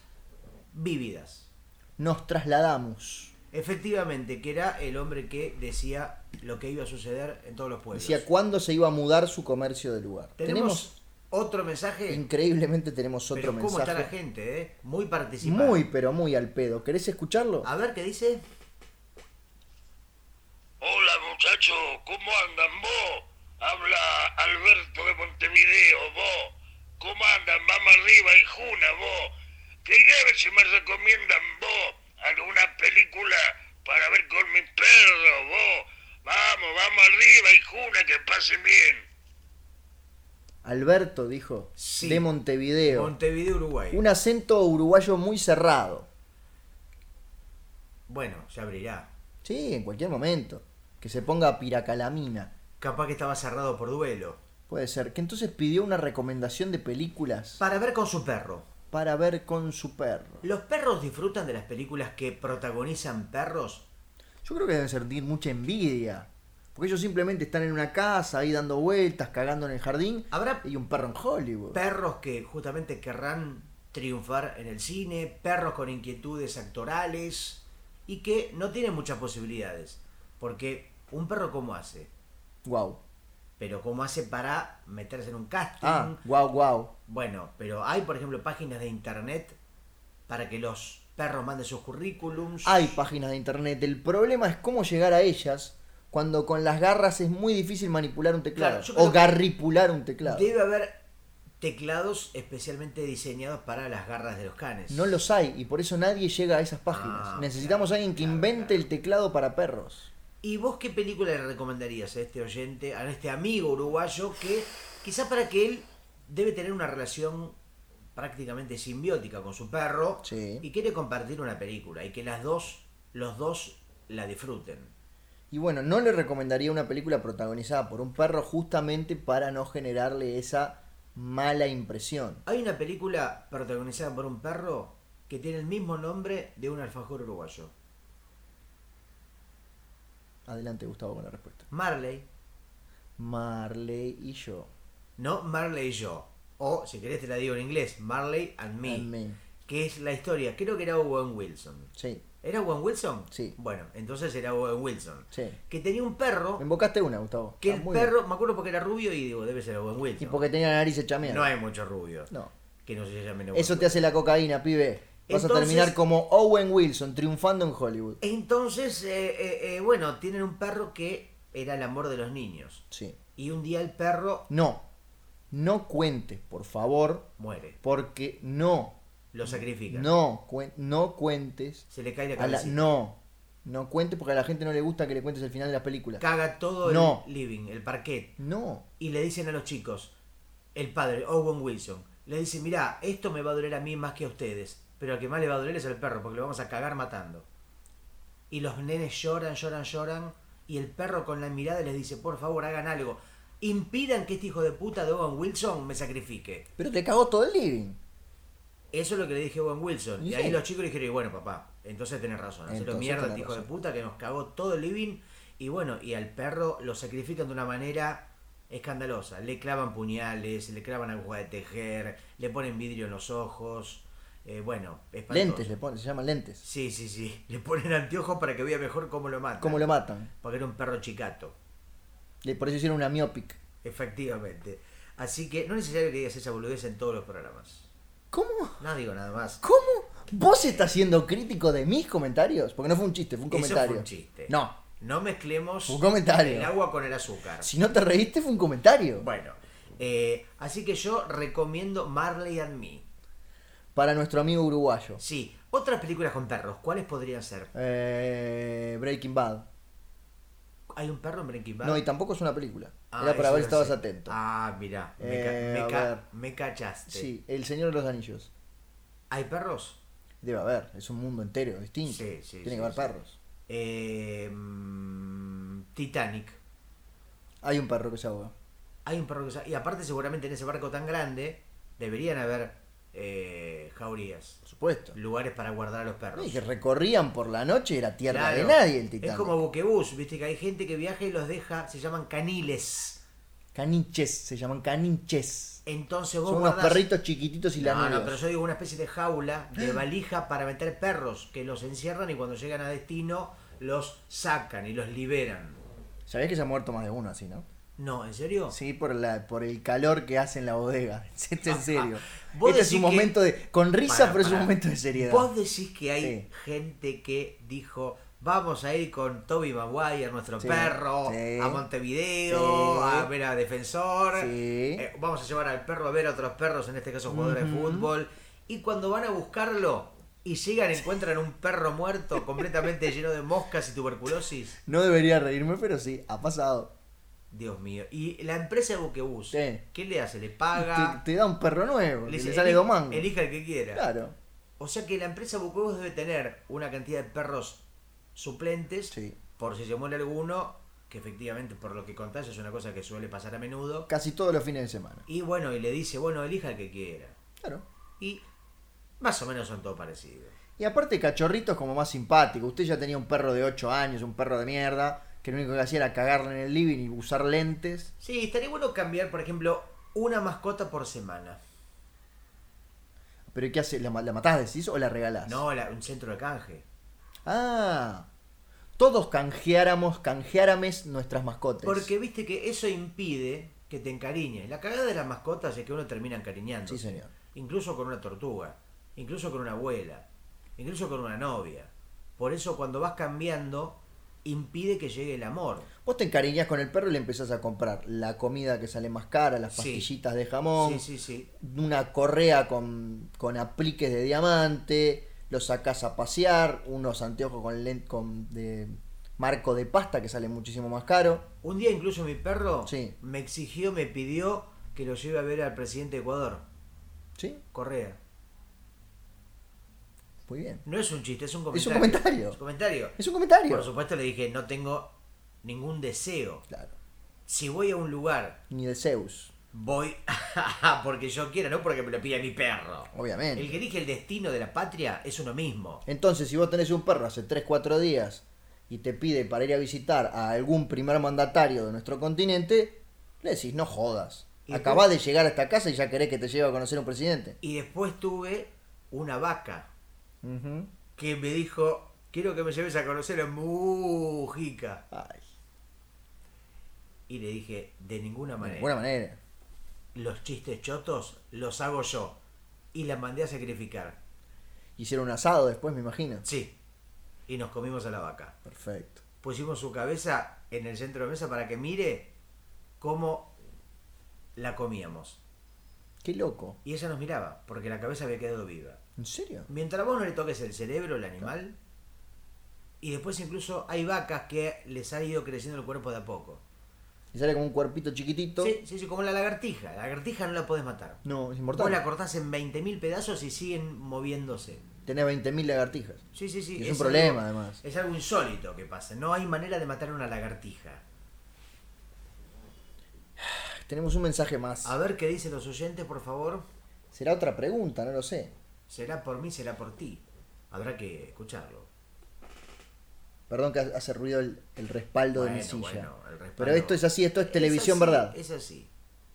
Speaker 2: vívidas.
Speaker 1: Nos trasladamos.
Speaker 2: Efectivamente, que era el hombre que decía lo que iba a suceder en todos los pueblos.
Speaker 1: Decía cuándo se iba a mudar su comercio de lugar.
Speaker 2: Tenemos otro mensaje.
Speaker 1: increíblemente tenemos otro
Speaker 2: pero cómo está la
Speaker 1: mensaje.
Speaker 2: gente, ¿eh? Muy participada.
Speaker 1: Muy, pero muy al pedo. ¿Querés escucharlo?
Speaker 2: A ver qué dice.
Speaker 4: Hola muchachos, ¿cómo andan vos? Habla Alberto de Montevideo, vos. ¿Cómo andan? Vamos arriba y Juna, vos. Quería ver si me recomiendan vos alguna película para ver con mis perros, vos. Vamos, vamos arriba y Juna, que pasen bien.
Speaker 1: Alberto dijo,
Speaker 2: Sí.
Speaker 1: de Montevideo.
Speaker 2: Montevideo, Uruguay.
Speaker 1: Un acento uruguayo muy cerrado.
Speaker 2: Bueno, se abrirá.
Speaker 1: Sí, en cualquier momento. Que se ponga piracalamina.
Speaker 2: Capaz que estaba cerrado por duelo.
Speaker 1: Puede ser. Que entonces pidió una recomendación de películas
Speaker 2: Para ver con su perro.
Speaker 1: para ver con su perro.
Speaker 2: ¿Los perros disfrutan de las películas que protagonizan perros?
Speaker 1: Yo creo que deben sentir mucha envidia. Porque ellos simplemente están en una casa ahí dando vueltas, cagando en el jardín.
Speaker 2: ¿Habrá
Speaker 1: Y un perro en Hollywood.
Speaker 2: perros que justamente querrán triunfar en el cine? ¿Perros con inquietudes actorales? Y que no tienen muchas posibilidades. Porque un perro cómo hace?
Speaker 1: Guau.
Speaker 2: Pero cómo hace para meterse en un casting.
Speaker 1: Ah, guau, guau.
Speaker 2: Bueno, pero hay por ejemplo páginas de internet para que los perros manden sus currículums.
Speaker 1: Hay páginas de internet. El problema es cómo llegar a ellas cuando con las garras es muy difícil manipular un teclado.
Speaker 2: Claro, yo creo
Speaker 1: o
Speaker 2: que
Speaker 1: garripular un teclado.
Speaker 2: Debe haber teclados especialmente diseñados para las garras de los canes.
Speaker 1: No los hay y por eso nadie llega a esas páginas.
Speaker 2: Ah,
Speaker 1: Necesitamos
Speaker 2: claro,
Speaker 1: alguien que
Speaker 2: claro,
Speaker 1: invente
Speaker 2: claro.
Speaker 1: el teclado para perros.
Speaker 2: ¿Y vos qué película le recomendarías a este oyente, a este amigo uruguayo que quizá para que él debe tener una relación prácticamente simbiótica con su perro
Speaker 1: Sí.
Speaker 2: y quiere compartir una película y que las dos, los dos la disfruten?
Speaker 1: Y bueno, no le recomendaría una película protagonizada por un perro justamente para no generarle esa mala impresión.
Speaker 2: Hay una película protagonizada por un perro que tiene el mismo nombre de un alfajor uruguayo?
Speaker 1: Adelante, Gustavo, con la respuesta.
Speaker 2: Marley.
Speaker 1: Marley y yo.
Speaker 2: No Marley y yo. O, si querés te la digo en inglés, Marley and me.
Speaker 1: And me.
Speaker 2: Que es la historia, creo que era Owen Wilson.
Speaker 1: Sí,
Speaker 2: ¿Era Owen Wilson?
Speaker 1: Sí.
Speaker 2: Bueno, entonces era Owen Wilson.
Speaker 1: sí.
Speaker 2: Que tenía un perro,
Speaker 1: Me invocaste una, Gustavo.
Speaker 2: que
Speaker 1: Está
Speaker 2: el
Speaker 1: muy bien.
Speaker 2: perro, me acuerdo porque era rubio y digo, debe ser Owen Wilson.
Speaker 1: Y porque tenía la nariz hecha mierda.
Speaker 2: No hay muchos rubios.
Speaker 1: No.
Speaker 2: Que no se llamen Owen
Speaker 1: Eso te
Speaker 2: Wilson.
Speaker 1: hace la cocaína, pibe. Vas a
Speaker 2: Entonces-
Speaker 1: terminar como Owen Wilson, triunfando en Hollywood.
Speaker 2: Entonces, eh, eh, eh, bueno, tienen un perro que era el amor de los niños.
Speaker 1: Sí.
Speaker 2: Y un día el perro
Speaker 1: No. No cuentes, por favor,
Speaker 2: muere.
Speaker 1: porque no.
Speaker 2: Lo sacrifican.
Speaker 1: No, cuen- no cuentes.
Speaker 2: Se le cae la
Speaker 1: a la-
Speaker 2: cabeza.
Speaker 1: no. No cuentes porque a la gente no le gusta que le cuentes el final de las películas.
Speaker 2: Caga todo
Speaker 1: No.
Speaker 2: el living, el parquet.
Speaker 1: No.
Speaker 2: Y le dicen a los chicos, el padre, Owen Wilson, le dice, mirá, esto me va a doler a mí más que a ustedes. Pero al que más le va a doler es al perro, porque lo vamos a cagar matando. Y los nenes lloran, lloran, lloran. Y el perro con la mirada les dice, por favor, hagan algo. Impidan que este hijo de puta de Owen Wilson me sacrifique.
Speaker 1: Pero te cagó todo el living.
Speaker 2: Eso es lo que le dije a Owen Wilson. Y
Speaker 1: Sí.
Speaker 2: ahí los chicos le dijeron, y bueno, papá, entonces tenés razón. Hacelo
Speaker 1: Entonces
Speaker 2: mierda,
Speaker 1: tenés
Speaker 2: este hijo de
Speaker 1: razón.
Speaker 2: puta, que nos cagó todo el living. Y bueno, y al perro lo sacrifican de una manera escandalosa. Le clavan puñales, le clavan aguja de tejer, le ponen vidrio en los ojos. Eh, bueno, espantoso.
Speaker 1: Lentes le ponen, se llaman lentes.
Speaker 2: Sí, sí, sí. Le ponen anteojos para que vea mejor cómo lo matan.
Speaker 1: ¿Cómo lo matan?
Speaker 2: Porque era un perro chicato.
Speaker 1: Le- Por eso hicieron una miopic.
Speaker 2: Efectivamente. Así que no es necesario que digas esa boludez en todos los programas.
Speaker 1: ¿Cómo?
Speaker 2: No digo nada más.
Speaker 1: ¿Cómo? ¿Vos estás siendo crítico de mis comentarios? Porque no fue un chiste, fue un comentario.
Speaker 2: Eso fue un chiste.
Speaker 1: No.
Speaker 2: No mezclemos
Speaker 1: Un comentario.
Speaker 2: el agua con el azúcar.
Speaker 1: Si no te reíste, fue un comentario.
Speaker 2: Bueno, eh, así que yo recomiendo Marley and Me.
Speaker 1: Para nuestro amigo uruguayo.
Speaker 2: Sí, otras películas con perros, ¿cuáles podrían ser?
Speaker 1: Eh, Breaking Bad.
Speaker 2: Hay un perro en Breaking Bad.
Speaker 1: No, y tampoco es una película.
Speaker 2: Ah,
Speaker 1: Era para
Speaker 2: eso
Speaker 1: ver si
Speaker 2: no
Speaker 1: estabas
Speaker 2: sé.
Speaker 1: atento.
Speaker 2: Ah, mirá, me, ca-
Speaker 1: Eh,
Speaker 2: me
Speaker 1: a
Speaker 2: ca-
Speaker 1: ver.
Speaker 2: me cachaste.
Speaker 1: Sí, El Señor de los Anillos.
Speaker 2: ¿Hay perros?
Speaker 1: Debe haber, es un mundo entero, distinto.
Speaker 2: Sí, sí,
Speaker 1: Tiene
Speaker 2: sí,
Speaker 1: que haber
Speaker 2: sí.
Speaker 1: perros.
Speaker 2: Eh, mm, Titanic.
Speaker 1: Hay un perro que se ahoga.
Speaker 2: Hay un perro que... sa- Y aparte seguramente en ese barco tan grande deberían haber eh, jaurías,
Speaker 1: Por supuesto.
Speaker 2: lugares para guardar a los perros.
Speaker 1: No, y que recorrían por la noche, era tierra
Speaker 2: Claro.
Speaker 1: de nadie el Titanic.
Speaker 2: Es como buquebús, viste que hay gente que viaja y los deja, se llaman caniles.
Speaker 1: Caniches, se llaman caniches.
Speaker 2: Entonces vos
Speaker 1: Son unos
Speaker 2: guardás-
Speaker 1: perritos chiquititos y Eh.
Speaker 2: No, no,
Speaker 1: lanudos.
Speaker 2: pero yo digo una especie de jaula, de valija para meter perros que los encierran y cuando llegan a destino los sacan y los liberan.
Speaker 1: Sabés que se ha muerto más de uno así, ¿no?
Speaker 2: No, ¿en serio?
Speaker 1: Sí, por, la, por el calor que hace en la bodega. Esto en serio.
Speaker 2: Vos
Speaker 1: este es
Speaker 2: decís
Speaker 1: un
Speaker 2: que-
Speaker 1: momento de. Con risa,
Speaker 2: Pará,
Speaker 1: pero es un
Speaker 2: pará.
Speaker 1: momento de seriedad.
Speaker 2: Vos decís que hay
Speaker 1: Sí.
Speaker 2: gente que dijo, vamos a ir con Toby Maguire, nuestro
Speaker 1: Sí,
Speaker 2: perro,
Speaker 1: sí,
Speaker 2: a Montevideo,
Speaker 1: sí.
Speaker 2: a ver a Defensor,
Speaker 1: Sí.
Speaker 2: eh, vamos a llevar al perro a ver a otros perros, en este caso jugadores de fútbol, y cuando van a buscarlo y llegan encuentran un perro muerto completamente lleno de moscas y tuberculosis.
Speaker 1: No debería reírme, pero sí, ha pasado.
Speaker 2: Dios mío. Y la empresa de Buquebus,
Speaker 1: Sí.
Speaker 2: ¿qué le hace? ¿Le paga?
Speaker 1: Te, te da un perro nuevo, que
Speaker 2: dice,
Speaker 1: le sale
Speaker 2: "Eli-
Speaker 1: dos mangos.
Speaker 2: Elija el que quiera.
Speaker 1: Claro.
Speaker 2: O sea que la empresa Bucobos debe tener una cantidad de perros suplentes,
Speaker 1: Sí.
Speaker 2: por si se muere alguno, que efectivamente por lo que contás es una cosa que suele pasar a menudo.
Speaker 1: Casi todos los fines de semana.
Speaker 2: Y bueno, y le dice, bueno, elija el que quiera.
Speaker 1: Claro.
Speaker 2: Y más o menos son todos parecidos.
Speaker 1: Y aparte, cachorritos como más simpático. Usted ya tenía un perro de 8 años, un perro de mierda, que lo único que hacía era cagarle en el living y usar lentes.
Speaker 2: Sí, estaría bueno cambiar, por ejemplo, una mascota por semana.
Speaker 1: Pero ¿qué hace? ¿La, ma- la matás, decís, o la regalás?
Speaker 2: No, la- un centro de canje.
Speaker 1: Ah. Todos canjeáramos, canjeárames nuestras mascotas.
Speaker 2: Porque viste que eso impide que te encariñes. La cagada de las mascotas es que uno termina encariñando.
Speaker 1: Sí, señor.
Speaker 2: Incluso con una tortuga, incluso con una abuela, incluso con una novia. Por eso cuando vas cambiando, impide que llegue el amor.
Speaker 1: Vos te encariñás con el perro y le empezás a comprar la comida que sale más cara, las
Speaker 2: Sí.
Speaker 1: pastillitas de jamón,
Speaker 2: Sí, sí, sí.
Speaker 1: una correa con, con apliques de diamante, lo sacás a pasear, unos anteojos con, len- con de marco de pasta que sale muchísimo más caro.
Speaker 2: Un día incluso mi perro
Speaker 1: Sí.
Speaker 2: me exigió, me pidió que lo lleve a ver al presidente de Ecuador,
Speaker 1: ¿Sí?
Speaker 2: Correa.
Speaker 1: Muy bien.
Speaker 2: No es un chiste, es un
Speaker 1: Es
Speaker 2: comentario.
Speaker 1: un comentario.
Speaker 2: Es un comentario.
Speaker 1: Es un comentario.
Speaker 2: Por supuesto le dije, no tengo ningún deseo.
Speaker 1: Claro.
Speaker 2: Si voy a un lugar
Speaker 1: Ni de Zeus.
Speaker 2: Voy a- porque yo quiero, no porque me lo pide mi perro. El
Speaker 1: obviamente.
Speaker 2: que dije el destino de la patria es uno mismo.
Speaker 1: Entonces, si vos tenés un perro hace 3, 4 días y te pide para ir a visitar a algún primer mandatario de nuestro continente, le decís, no jodas.
Speaker 2: Y
Speaker 1: Acabás de llegar a esta casa y ya querés que te lleve a conocer a un presidente.
Speaker 2: Y después tuve una vaca
Speaker 1: Ujú.
Speaker 2: que me dijo, quiero que me lleves a conocer a Mujica.
Speaker 1: Ay,
Speaker 2: Y le dije, de ninguna
Speaker 1: de
Speaker 2: manera.
Speaker 1: ninguna manera.
Speaker 2: Los chistes chotos los hago yo. Y la mandé a sacrificar.
Speaker 1: Hicieron un asado después, me imagino.
Speaker 2: Sí. Y nos comimos a la vaca.
Speaker 1: Perfecto.
Speaker 2: Pusimos su cabeza en el centro de mesa para que mire cómo la comíamos.
Speaker 1: Qué loco.
Speaker 2: Y ella nos miraba, porque la cabeza había quedado viva.
Speaker 1: ¿En serio?
Speaker 2: Mientras vos no le toques el cerebro al animal, y después incluso hay vacas que les ha ido creciendo el cuerpo de a poco.
Speaker 1: Y sale como un cuerpito chiquitito.
Speaker 2: Sí, sí, sí, como la lagartija. La lagartija no la podés matar.
Speaker 1: No, es
Speaker 2: Vos
Speaker 1: inmortal.
Speaker 2: la cortás en 20.000 pedazos y siguen moviéndose.
Speaker 1: Tenés 20.000 lagartijas.
Speaker 2: Sí, sí, sí.
Speaker 1: Y es un problema,
Speaker 2: algo-
Speaker 1: además.
Speaker 2: Es algo insólito que pasa. No hay manera de matar una lagartija.
Speaker 1: Tenemos un mensaje más.
Speaker 2: A ver qué dicen los oyentes, por favor.
Speaker 1: Será otra pregunta, no lo sé.
Speaker 2: Será por mí, será por ti. Habrá que escucharlo.
Speaker 1: Perdón que hace ruido el, el respaldo de mi
Speaker 2: Bueno,
Speaker 1: silla.
Speaker 2: bueno, el respaldo.
Speaker 1: Pero esto es así, esto es televisión,
Speaker 2: así,
Speaker 1: ¿verdad?
Speaker 2: Es así.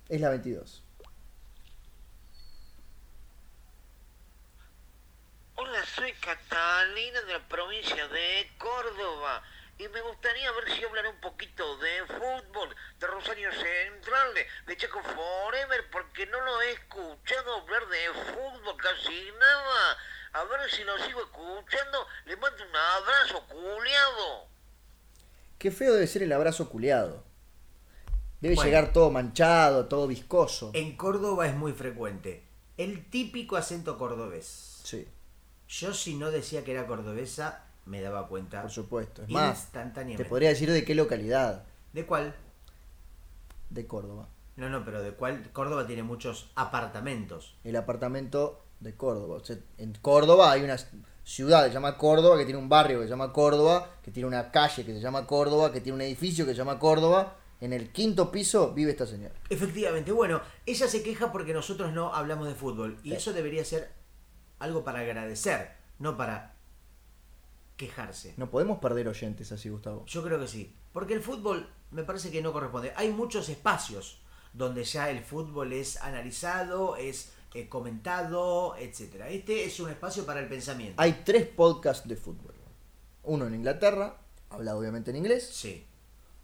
Speaker 1: Es la 22.
Speaker 5: Hola, soy Catalina de la provincia de Córdoba y me gustaría ver si hablan un poquito de fútbol, de Rosario Central, de- de Chaco Forever, porque no lo he escuchado hablar de fútbol casi nada. A ver si lo sigo escuchando. Le mando un abrazo, culiado.
Speaker 1: Qué feo debe ser el abrazo culeado. Debe
Speaker 2: Bueno.
Speaker 1: llegar todo manchado, todo viscoso.
Speaker 2: En Córdoba es muy frecuente. El típico acento cordobés.
Speaker 1: Sí,
Speaker 2: Yo si no decía que era cordobesa, me daba cuenta.
Speaker 1: por supuesto. Es más,
Speaker 2: Instantáneamente.
Speaker 1: te podría decir de qué localidad
Speaker 2: ¿De cuál?
Speaker 1: de Córdoba.
Speaker 2: No, no, pero de cuál. Córdoba tiene muchos apartamentos.
Speaker 1: El apartamento de Córdoba. O sea, en Córdoba hay una ciudad que se llama Córdoba, que tiene un barrio que se llama Córdoba, que tiene una calle que se llama Córdoba, que tiene un edificio que se llama Córdoba. En el quinto piso vive esta señora.
Speaker 2: Efectivamente, bueno, ella se queja porque nosotros no hablamos de fútbol. Y
Speaker 1: Sí.
Speaker 2: eso debería ser algo para agradecer, no para quejarse.
Speaker 1: No podemos perder oyentes así, Gustavo.
Speaker 2: Yo creo que sí. Porque el fútbol me parece que no corresponde. Hay muchos espacios donde ya el fútbol es analizado, es eh, comentado, etcétera. Este es un espacio para el pensamiento.
Speaker 1: Hay tres podcasts de fútbol. Uno en Inglaterra, hablado obviamente en inglés.
Speaker 2: Sí,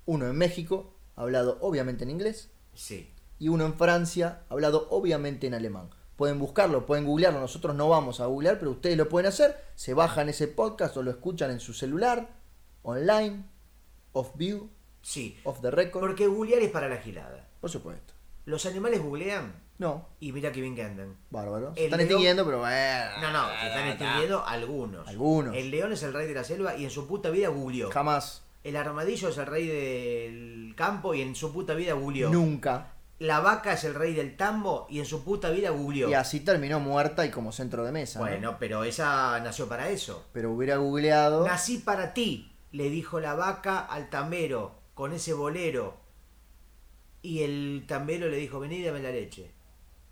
Speaker 1: Uno en México, hablado obviamente en inglés.
Speaker 2: sí.
Speaker 1: Y uno en Francia, hablado obviamente en alemán. Pueden buscarlo, pueden googlearlo. Nosotros no vamos a googlear, pero ustedes lo pueden hacer. Se bajan ese podcast o lo escuchan en su celular, online, off view,
Speaker 2: Sí.
Speaker 1: off the record.
Speaker 2: Porque googlear es para la gilada.
Speaker 1: Por supuesto.
Speaker 2: Los animales googlean
Speaker 1: No,
Speaker 2: y mira que bien que andan.
Speaker 1: bárbaro.
Speaker 2: El
Speaker 1: Se están
Speaker 2: león-
Speaker 1: extinguiendo, pero bueno.
Speaker 2: No, no, se están extinguiendo algunos.
Speaker 1: Ah, Algunos.
Speaker 2: El león es el rey de la selva y en su puta vida googleó.
Speaker 1: Jamás,
Speaker 2: El armadillo es el rey del campo y en su puta vida googleó.
Speaker 1: nunca.
Speaker 2: La vaca es el rey del tambo y en su puta vida googleó.
Speaker 1: Y así terminó muerta y como centro de mesa. ¿no?
Speaker 2: Bueno, pero esa nació para eso.
Speaker 1: Pero hubiera googleado.
Speaker 2: Nací para ti, le dijo la vaca al tambero, con ese bolero. Y el tambero le dijo, vení, dame la leche.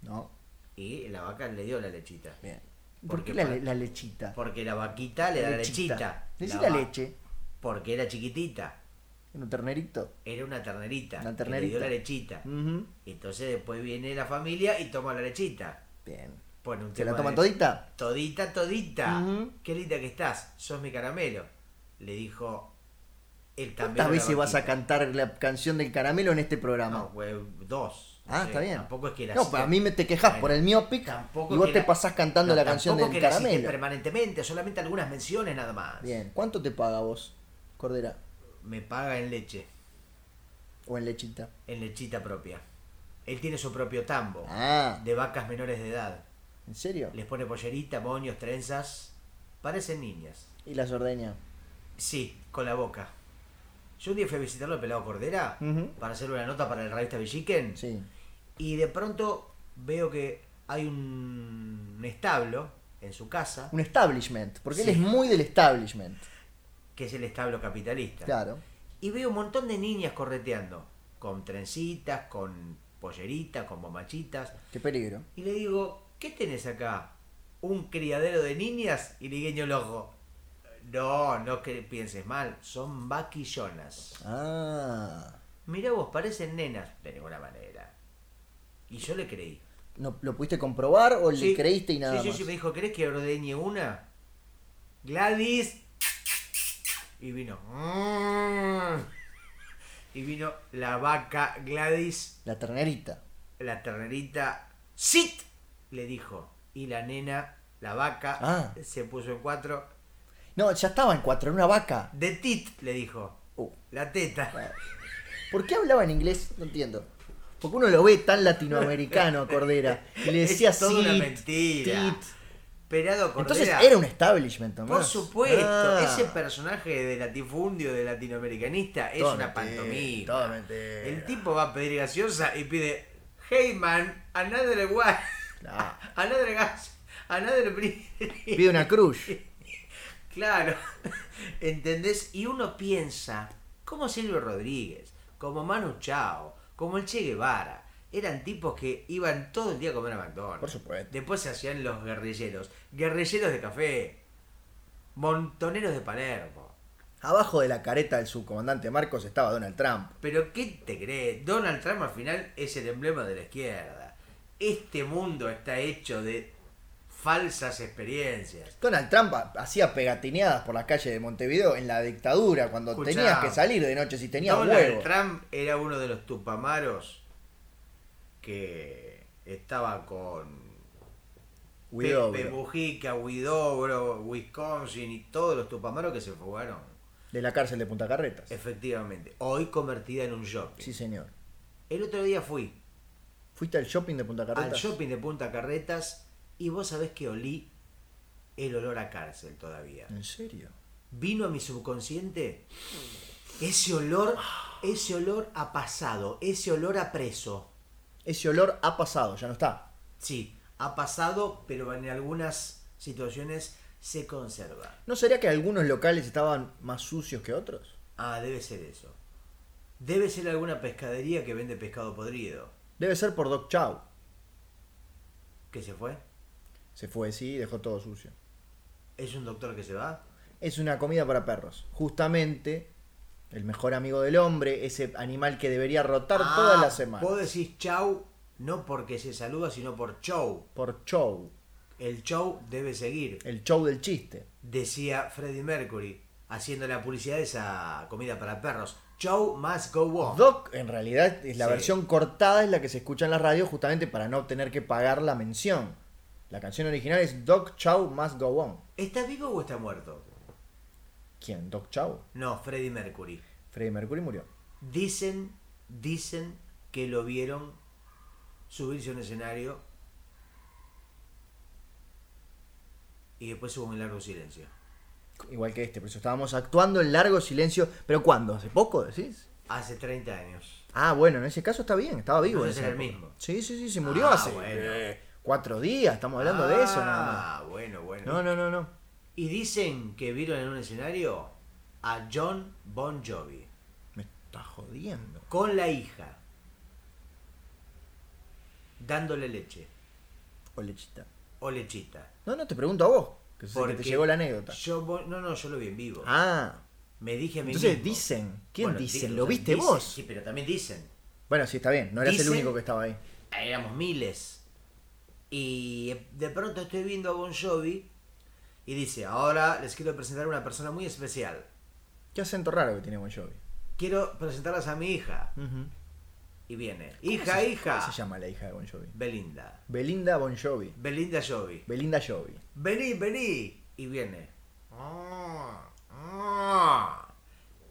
Speaker 1: No.
Speaker 2: Y la vaca le dio la lechita.
Speaker 1: Bien. ¿Por
Speaker 2: Porque
Speaker 1: qué la,
Speaker 2: para-
Speaker 1: la lechita?
Speaker 2: Porque la vaquita le da la lechita.
Speaker 1: Decí
Speaker 2: La
Speaker 1: la
Speaker 2: va-
Speaker 1: leche.
Speaker 2: Porque era chiquitita.
Speaker 1: En un ternerito.
Speaker 2: Era una ternerita.
Speaker 1: Una
Speaker 2: que Le
Speaker 1: ternerita. Mm.
Speaker 2: dio la lechita.
Speaker 1: Ujú.
Speaker 2: Entonces después viene la familia y toma la lechita.
Speaker 1: Bien.
Speaker 2: Pone un
Speaker 1: ¿Se la
Speaker 2: tema
Speaker 1: toman
Speaker 2: de-
Speaker 1: todita?
Speaker 2: Todita, todita.
Speaker 1: Ujú.
Speaker 2: Qué linda que estás. Sos mi caramelo. Le dijo el tambero.
Speaker 1: ¿Cuántas
Speaker 2: a la
Speaker 1: veces vas a
Speaker 2: vaquita.
Speaker 1: cantar la canción del caramelo en este programa?
Speaker 2: No, fue dos.
Speaker 1: ah,
Speaker 2: No sé,
Speaker 1: está bien.
Speaker 2: Tampoco es que la
Speaker 1: No,
Speaker 2: hiciste-
Speaker 1: pero a mí me te quejas por el miopic
Speaker 2: Tampoco
Speaker 1: y vos
Speaker 2: que
Speaker 1: te
Speaker 2: la-
Speaker 1: pasás cantando
Speaker 2: No,
Speaker 1: la canción
Speaker 2: tampoco
Speaker 1: del
Speaker 2: que la hiciste
Speaker 1: caramelo.
Speaker 2: permanentemente, solamente algunas menciones nada más.
Speaker 1: Bien. ¿Cuánto te paga vos, Cordera?
Speaker 2: Me paga en leche,
Speaker 1: ¿O en lechita?
Speaker 2: en lechita propia. Él tiene su propio tambo
Speaker 1: Ah,
Speaker 2: de vacas menores de edad.
Speaker 1: ¿en serio?
Speaker 2: Les pone pollerita, moños, trenzas. Parecen niñas.
Speaker 1: ¿Y la sordeña?
Speaker 2: Sí, con la boca. Yo un día fui a visitarlo al Pelado Cordera
Speaker 1: Ujú.
Speaker 2: para hacer una nota para el revista Villiquen.
Speaker 1: Sí.
Speaker 2: Y de pronto veo que hay un establo en su casa,
Speaker 1: Un establishment, porque
Speaker 2: Sí.
Speaker 1: él es muy del establishment.
Speaker 2: que es el establo capitalista.
Speaker 1: Claro.
Speaker 2: Y veo un montón de niñas correteando, con trencitas, con pollerita, con bombachitas.
Speaker 1: Qué peligro.
Speaker 2: Y le digo, ¿qué tenés acá? ¿Un criadero de niñas? Y le guiño el ojo. No, no que pienses mal, son vaquillonas.
Speaker 1: Ah.
Speaker 2: Mirá vos, parecen nenas. De ninguna manera. Y yo le creí.
Speaker 1: ¿No, ¿Lo pudiste comprobar o le
Speaker 2: Sí.
Speaker 1: creíste y nada
Speaker 2: Sí, sí,
Speaker 1: más?
Speaker 2: sí, me dijo, ¿querés que ordeñe una? Gladys. Y vino. "Mm". Y vino la vaca Gladys,
Speaker 1: La ternerita.
Speaker 2: la ternerita. ¡Sit! Le dijo. Y la nena, la vaca,
Speaker 1: Ah.
Speaker 2: se puso en cuatro.
Speaker 1: No, ya estaba en cuatro, era una vaca.
Speaker 2: De tit, le dijo.
Speaker 1: Uh,
Speaker 2: La teta.
Speaker 1: ¿Por qué hablaba en inglés? No entiendo. Porque uno lo ve tan latinoamericano, Cordera. Y le
Speaker 2: Es
Speaker 1: decía
Speaker 2: toda una
Speaker 1: "Sit,
Speaker 2: mentira".
Speaker 1: tit".
Speaker 2: Pelado Cordera.
Speaker 1: Entonces era un establishment, ¿no?
Speaker 2: Por supuesto,
Speaker 1: Ah.
Speaker 2: ese personaje de latifundio, de latinoamericanista, es
Speaker 1: Todo
Speaker 2: una
Speaker 1: mentira,
Speaker 2: pantomima.
Speaker 1: todo mentira.
Speaker 2: El tipo va a pedir gaseosa y pide, hey man, another one,
Speaker 1: Claro.
Speaker 2: another gas, another beer".
Speaker 1: Pide una cruz.
Speaker 2: Claro, ¿entendés? Y uno piensa, como Silvio Rodríguez, como Manu Chao, como el Che Guevara, eran tipos que iban todo el día a comer a McDonald's.
Speaker 1: Por supuesto.
Speaker 2: Después se hacían los guerrilleros. Guerrilleros de café, montoneros de Palermo.
Speaker 1: Abajo de la careta del subcomandante Marcos estaba Donald Trump.
Speaker 2: Pero ¿qué te crees? Donald Trump al final es el emblema de la izquierda. Este mundo está hecho de falsas experiencias.
Speaker 1: Donald Trump ha- hacía pegatineadas por las calles de Montevideo en la dictadura, cuando
Speaker 2: Escuchá.
Speaker 1: tenías que salir de noche si tenías
Speaker 2: Donald
Speaker 1: huevo.
Speaker 2: Trump era uno de los tupamaros que estaba con
Speaker 1: Huidobro,
Speaker 2: Pepe Mujica, Huidobro, Wisconsin y todos los tupamaros que se fugaron.
Speaker 1: de la cárcel de Punta Carretas.
Speaker 2: Efectivamente, hoy convertida en un shopping.
Speaker 1: Sí, señor.
Speaker 2: El otro día fui
Speaker 1: ¿Fuiste al shopping de Punta Carretas?
Speaker 2: al shopping de Punta Carretas y vos sabés que olí el olor a cárcel todavía.
Speaker 1: ¿En serio?
Speaker 2: vino a mi subconsciente ese olor, ese olor a pasado, ese olor a preso.
Speaker 1: Ese olor ha pasado, ya no está.
Speaker 2: Sí, ha pasado, pero en algunas situaciones se conserva.
Speaker 1: ¿No sería que algunos locales estaban más sucios que otros?
Speaker 2: Ah, debe ser eso. Debe ser alguna pescadería que vende pescado podrido.
Speaker 1: Debe ser por Doc Chow.
Speaker 2: ¿Que se fue?
Speaker 1: Se fue, sí, dejó todo sucio.
Speaker 2: ¿Es un doctor que se va?
Speaker 1: Es una comida para perros. Justamente, el mejor amigo del hombre, ese animal que debería rotar
Speaker 2: Ah,
Speaker 1: toda la semana.
Speaker 2: Vos decís chau, no porque se saluda, sino por show.
Speaker 1: Por show.
Speaker 2: El show debe seguir.
Speaker 1: El show del chiste.
Speaker 2: decía Freddie Mercury, haciendo la publicidad de esa comida para perros. Show must go on.
Speaker 1: Doc, en realidad, es la
Speaker 2: Sí.
Speaker 1: versión cortada, es la que se escucha en la radio justamente para no tener que pagar la mención. La canción original es Doc Chow Must Go On.
Speaker 2: ¿Está vivo o está muerto?
Speaker 1: ¿Quién? ¿Doc Chow?
Speaker 2: No, Freddie Mercury.
Speaker 1: Freddie Mercury murió.
Speaker 2: Dicen, dicen que lo vieron subirse a un escenario y después hubo un largo silencio.
Speaker 1: Igual que este, por eso estábamos actuando en largo silencio. ¿Pero cuándo? ¿Hace poco decís?
Speaker 2: Hace 30 años.
Speaker 1: Ah, bueno, en ese caso está bien, estaba vivo. en
Speaker 2: Entonces
Speaker 1: esa
Speaker 2: era el
Speaker 1: época.
Speaker 2: mismo.
Speaker 1: Sí, sí, sí, se murió
Speaker 2: Ah,
Speaker 1: hace
Speaker 2: bueno.
Speaker 1: eh, cuatro días, estamos hablando de eso nada
Speaker 2: Ah, bueno,
Speaker 1: más.
Speaker 2: bueno.
Speaker 1: No, no, no, no.
Speaker 2: Y dicen que vieron en un escenario a John Bon Jovi
Speaker 1: Me está jodiendo.
Speaker 2: con la hija, dándole leche
Speaker 1: O Oh, lechita.
Speaker 2: o lechita.
Speaker 1: No, no, te pregunto a vos, que, sé que te llegó la anécdota.
Speaker 2: Yo, vo- no, no, yo lo vi en vivo.
Speaker 1: Ah,
Speaker 2: Me dije a mí
Speaker 1: Entonces
Speaker 2: mismo.
Speaker 1: dicen. ¿Quién dicen?
Speaker 2: di-
Speaker 1: ¿Lo viste
Speaker 2: dicen,
Speaker 1: vos?
Speaker 2: Sí, pero también dicen.
Speaker 1: bueno, sí, está bien, no eras el
Speaker 2: Dicen-
Speaker 1: único que estaba ahí.
Speaker 2: Éramos miles. Y de pronto estoy viendo a Bon Jovi y dice, ahora les quiero presentar a una persona muy especial.
Speaker 1: Qué acento raro que tiene Bon Jovi.
Speaker 2: Quiero presentarlas a mi hija.
Speaker 1: Ujú.
Speaker 2: Y viene.
Speaker 1: ¿Cómo
Speaker 2: Hija,
Speaker 1: se-
Speaker 2: hija.
Speaker 1: ¿Cómo se llama la hija de Bon Jovi?
Speaker 2: Belinda.
Speaker 1: Belinda Bon Jovi.
Speaker 2: Belinda Jovi.
Speaker 1: Belinda Jovi.
Speaker 2: Vení, vení. Y viene. "Ah,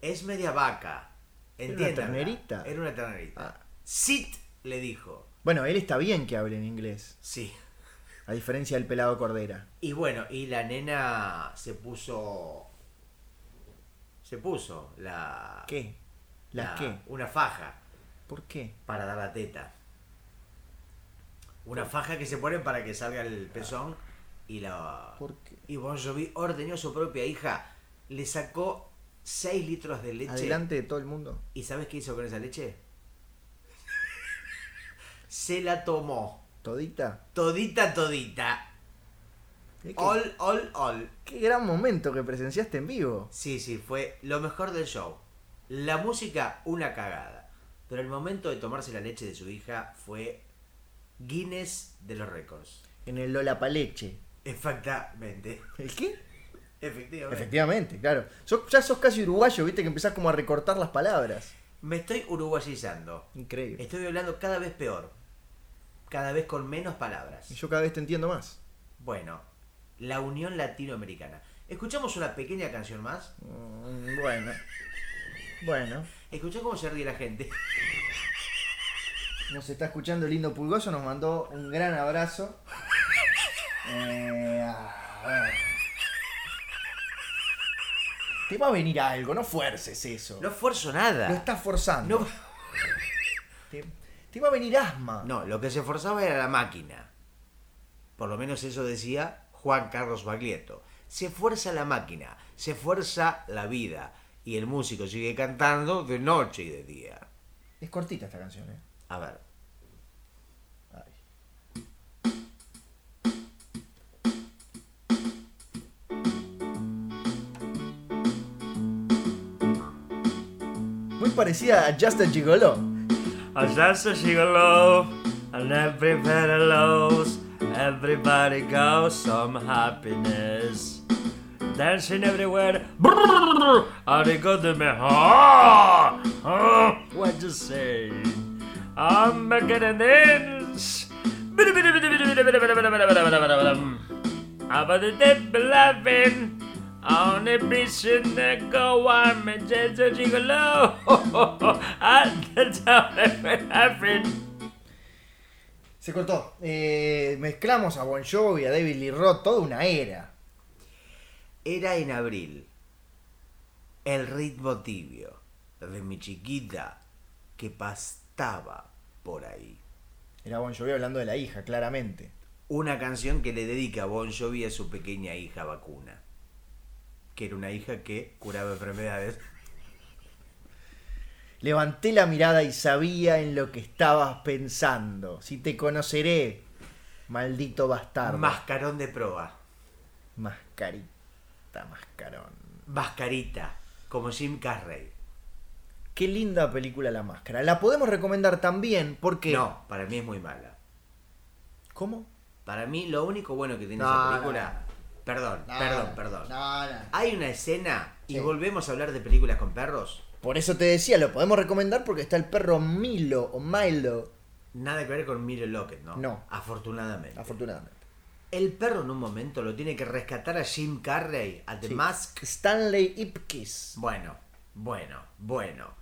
Speaker 2: Es media vaca.
Speaker 1: Era una
Speaker 2: Entiéndanla.
Speaker 1: ternerita.
Speaker 2: Era una ternerita.
Speaker 1: Ah.
Speaker 2: Sit le dijo.
Speaker 1: Bueno, él está bien que hable en inglés,
Speaker 2: Sí.
Speaker 1: a diferencia del pelado Cordera.
Speaker 2: Y bueno, y la nena se puso. Se puso la.
Speaker 1: ¿Qué? ¿La qué?
Speaker 2: Una faja
Speaker 1: ¿Por qué?
Speaker 2: para dar la teta. Una faja que se pone para que salga el pezón y la.
Speaker 1: ¿Por qué?
Speaker 2: Y Bon Jovi ordenó a su propia hija, le sacó 6 litros de leche.
Speaker 1: Adelante de todo el mundo.
Speaker 2: ¿Y sabes qué hizo con esa leche? se la tomó.
Speaker 1: Todita.
Speaker 2: Todita, todita.
Speaker 1: Mirá qué-
Speaker 2: All, all, all.
Speaker 1: qué gran momento que presenciaste en vivo.
Speaker 2: Sí, sí, fue lo mejor del show. La música, una cagada. Pero el momento de tomarse la leche de su hija fue Guinness de los récords.
Speaker 1: En el Lola Paleche.
Speaker 2: Exactamente.
Speaker 1: ¿El qué?
Speaker 2: Efectivamente.
Speaker 1: Efectivamente, claro. Sos- ya sos casi uruguayo, viste que empezás como a recortar las palabras.
Speaker 2: Me estoy uruguayizando.
Speaker 1: Increíble.
Speaker 2: Estoy hablando cada vez peor. Cada vez con menos palabras.
Speaker 1: Y yo cada vez te entiendo más.
Speaker 2: Bueno, la Unión Latinoamericana. Escuchamos una pequeña canción más.
Speaker 1: Mm, Bueno. Bueno.
Speaker 2: Escuchá cómo se ríe la gente.
Speaker 1: Nos está escuchando el lindo Pulgoso, nos mandó un gran abrazo. Eh, a ver. Te va a venir algo, no fuerces eso.
Speaker 2: No esfuerzo
Speaker 1: Lo
Speaker 2: nada.
Speaker 1: estás forzando.
Speaker 2: No,
Speaker 1: Te, te va a venir asma.
Speaker 2: no, lo que se forzaba era la máquina. Por lo menos eso decía Juan Carlos Baglietto. Se fuerza la máquina, se fuerza la vida. Y el músico sigue cantando de noche y de día.
Speaker 1: Es cortita esta canción, eh.
Speaker 2: A ver.
Speaker 1: Ay. Muy parecida a Just a Gigolo.
Speaker 3: I just a gigolo, and everybody loves, everybody goes some happiness. Dancing everywhere, brrrr, and it got to me, ah, ah, what you say? I'm making a dance. About the dead beloved, on a prison that go on, and just a gigolo, and that's how it happened.
Speaker 1: Se cortó. Eh, mezclamos a Bon Jovi, a David Lee Roth, toda una era.
Speaker 2: Era en abril. El ritmo tibio de mi chiquita que pastaba por ahí.
Speaker 1: Era Bon Jovi hablando de la hija, claramente.
Speaker 2: Una canción que le dedica Bon Jovi a su pequeña hija vacuna. Que era una hija que curaba enfermedades.
Speaker 1: Levanté la mirada y sabía en lo que estabas pensando. Si te conoceré, maldito bastardo.
Speaker 2: Mascarón de proa.
Speaker 1: Mascarita, mascarón.
Speaker 2: Mascarita. Como Jim Carrey.
Speaker 1: Qué linda película La Máscara. La podemos recomendar también porque...
Speaker 2: No, para mí es muy mala.
Speaker 1: ¿Cómo?
Speaker 2: Para mí lo único bueno que tiene
Speaker 1: No,
Speaker 2: esa
Speaker 1: no,
Speaker 2: película... Perdón, perdón, perdón.
Speaker 1: No, no.
Speaker 2: Hay una escena y
Speaker 1: Sí.
Speaker 2: volvemos a hablar de películas con perros.
Speaker 1: Por eso te decía, lo podemos recomendar porque está el perro Milo o Milo,
Speaker 2: Nada que ver con Milo Lockett, ¿no?
Speaker 1: No.
Speaker 2: Afortunadamente.
Speaker 1: afortunadamente.
Speaker 2: el perro en un momento lo tiene que rescatar a Jim Carrey, a The
Speaker 1: Sí.
Speaker 2: Mask.
Speaker 1: Stanley Ipkiss.
Speaker 2: Bueno, bueno, bueno.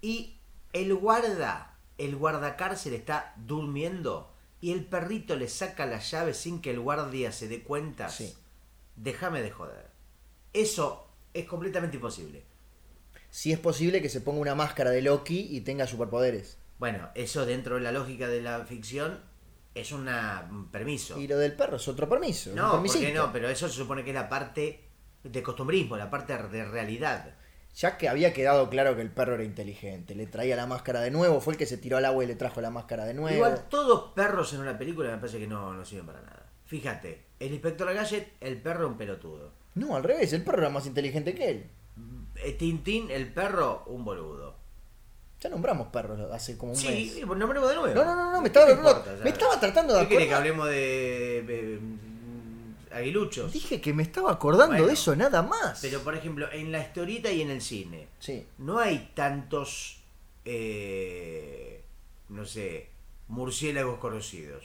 Speaker 2: Y el guarda, el guardacárcel está durmiendo y el perrito le saca la llave sin que el guardia se dé cuenta.
Speaker 1: Sí.
Speaker 2: Déjame de joder. Eso es completamente imposible.
Speaker 1: Si es posible que se ponga una máscara de Loki y tenga superpoderes.
Speaker 2: Bueno, eso dentro de la lógica de la ficción es una- un permiso.
Speaker 1: Y lo del perro es otro permiso. es un
Speaker 2: No, porque
Speaker 1: permisito.
Speaker 2: no, pero eso se supone que es la parte de costumbrismo, la parte de realidad.
Speaker 1: Ya que había quedado claro que el perro era inteligente, le traía la máscara de nuevo, fue el que se tiró al agua y le trajo la máscara de nuevo.
Speaker 2: Igual todos perros en una película me parece que no, no sirven para nada. Fíjate, el inspector Gadget, el perro un pelotudo.
Speaker 1: No, al revés, el perro era más inteligente que él.
Speaker 2: Eh, Tintín, el perro, un boludo.
Speaker 1: Ya nombramos perros hace como un
Speaker 2: Sí,
Speaker 1: mes.
Speaker 2: y nombremos de nuevo.
Speaker 1: No, no, no, no, me
Speaker 2: ¿Qué
Speaker 1: estaba,
Speaker 2: te
Speaker 1: no, no,
Speaker 2: importa, ya?
Speaker 1: me estaba tratando de
Speaker 2: ¿Qué querés que
Speaker 1: acordar.
Speaker 2: hablemos de, de- de- aguiluchos?
Speaker 1: Dije que me estaba acordando
Speaker 2: Bueno.
Speaker 1: de eso, nada más.
Speaker 2: Pero por ejemplo, en la historieta y en el cine,
Speaker 1: Sí.
Speaker 2: no hay tantos, eh, no sé, murciélagos conocidos.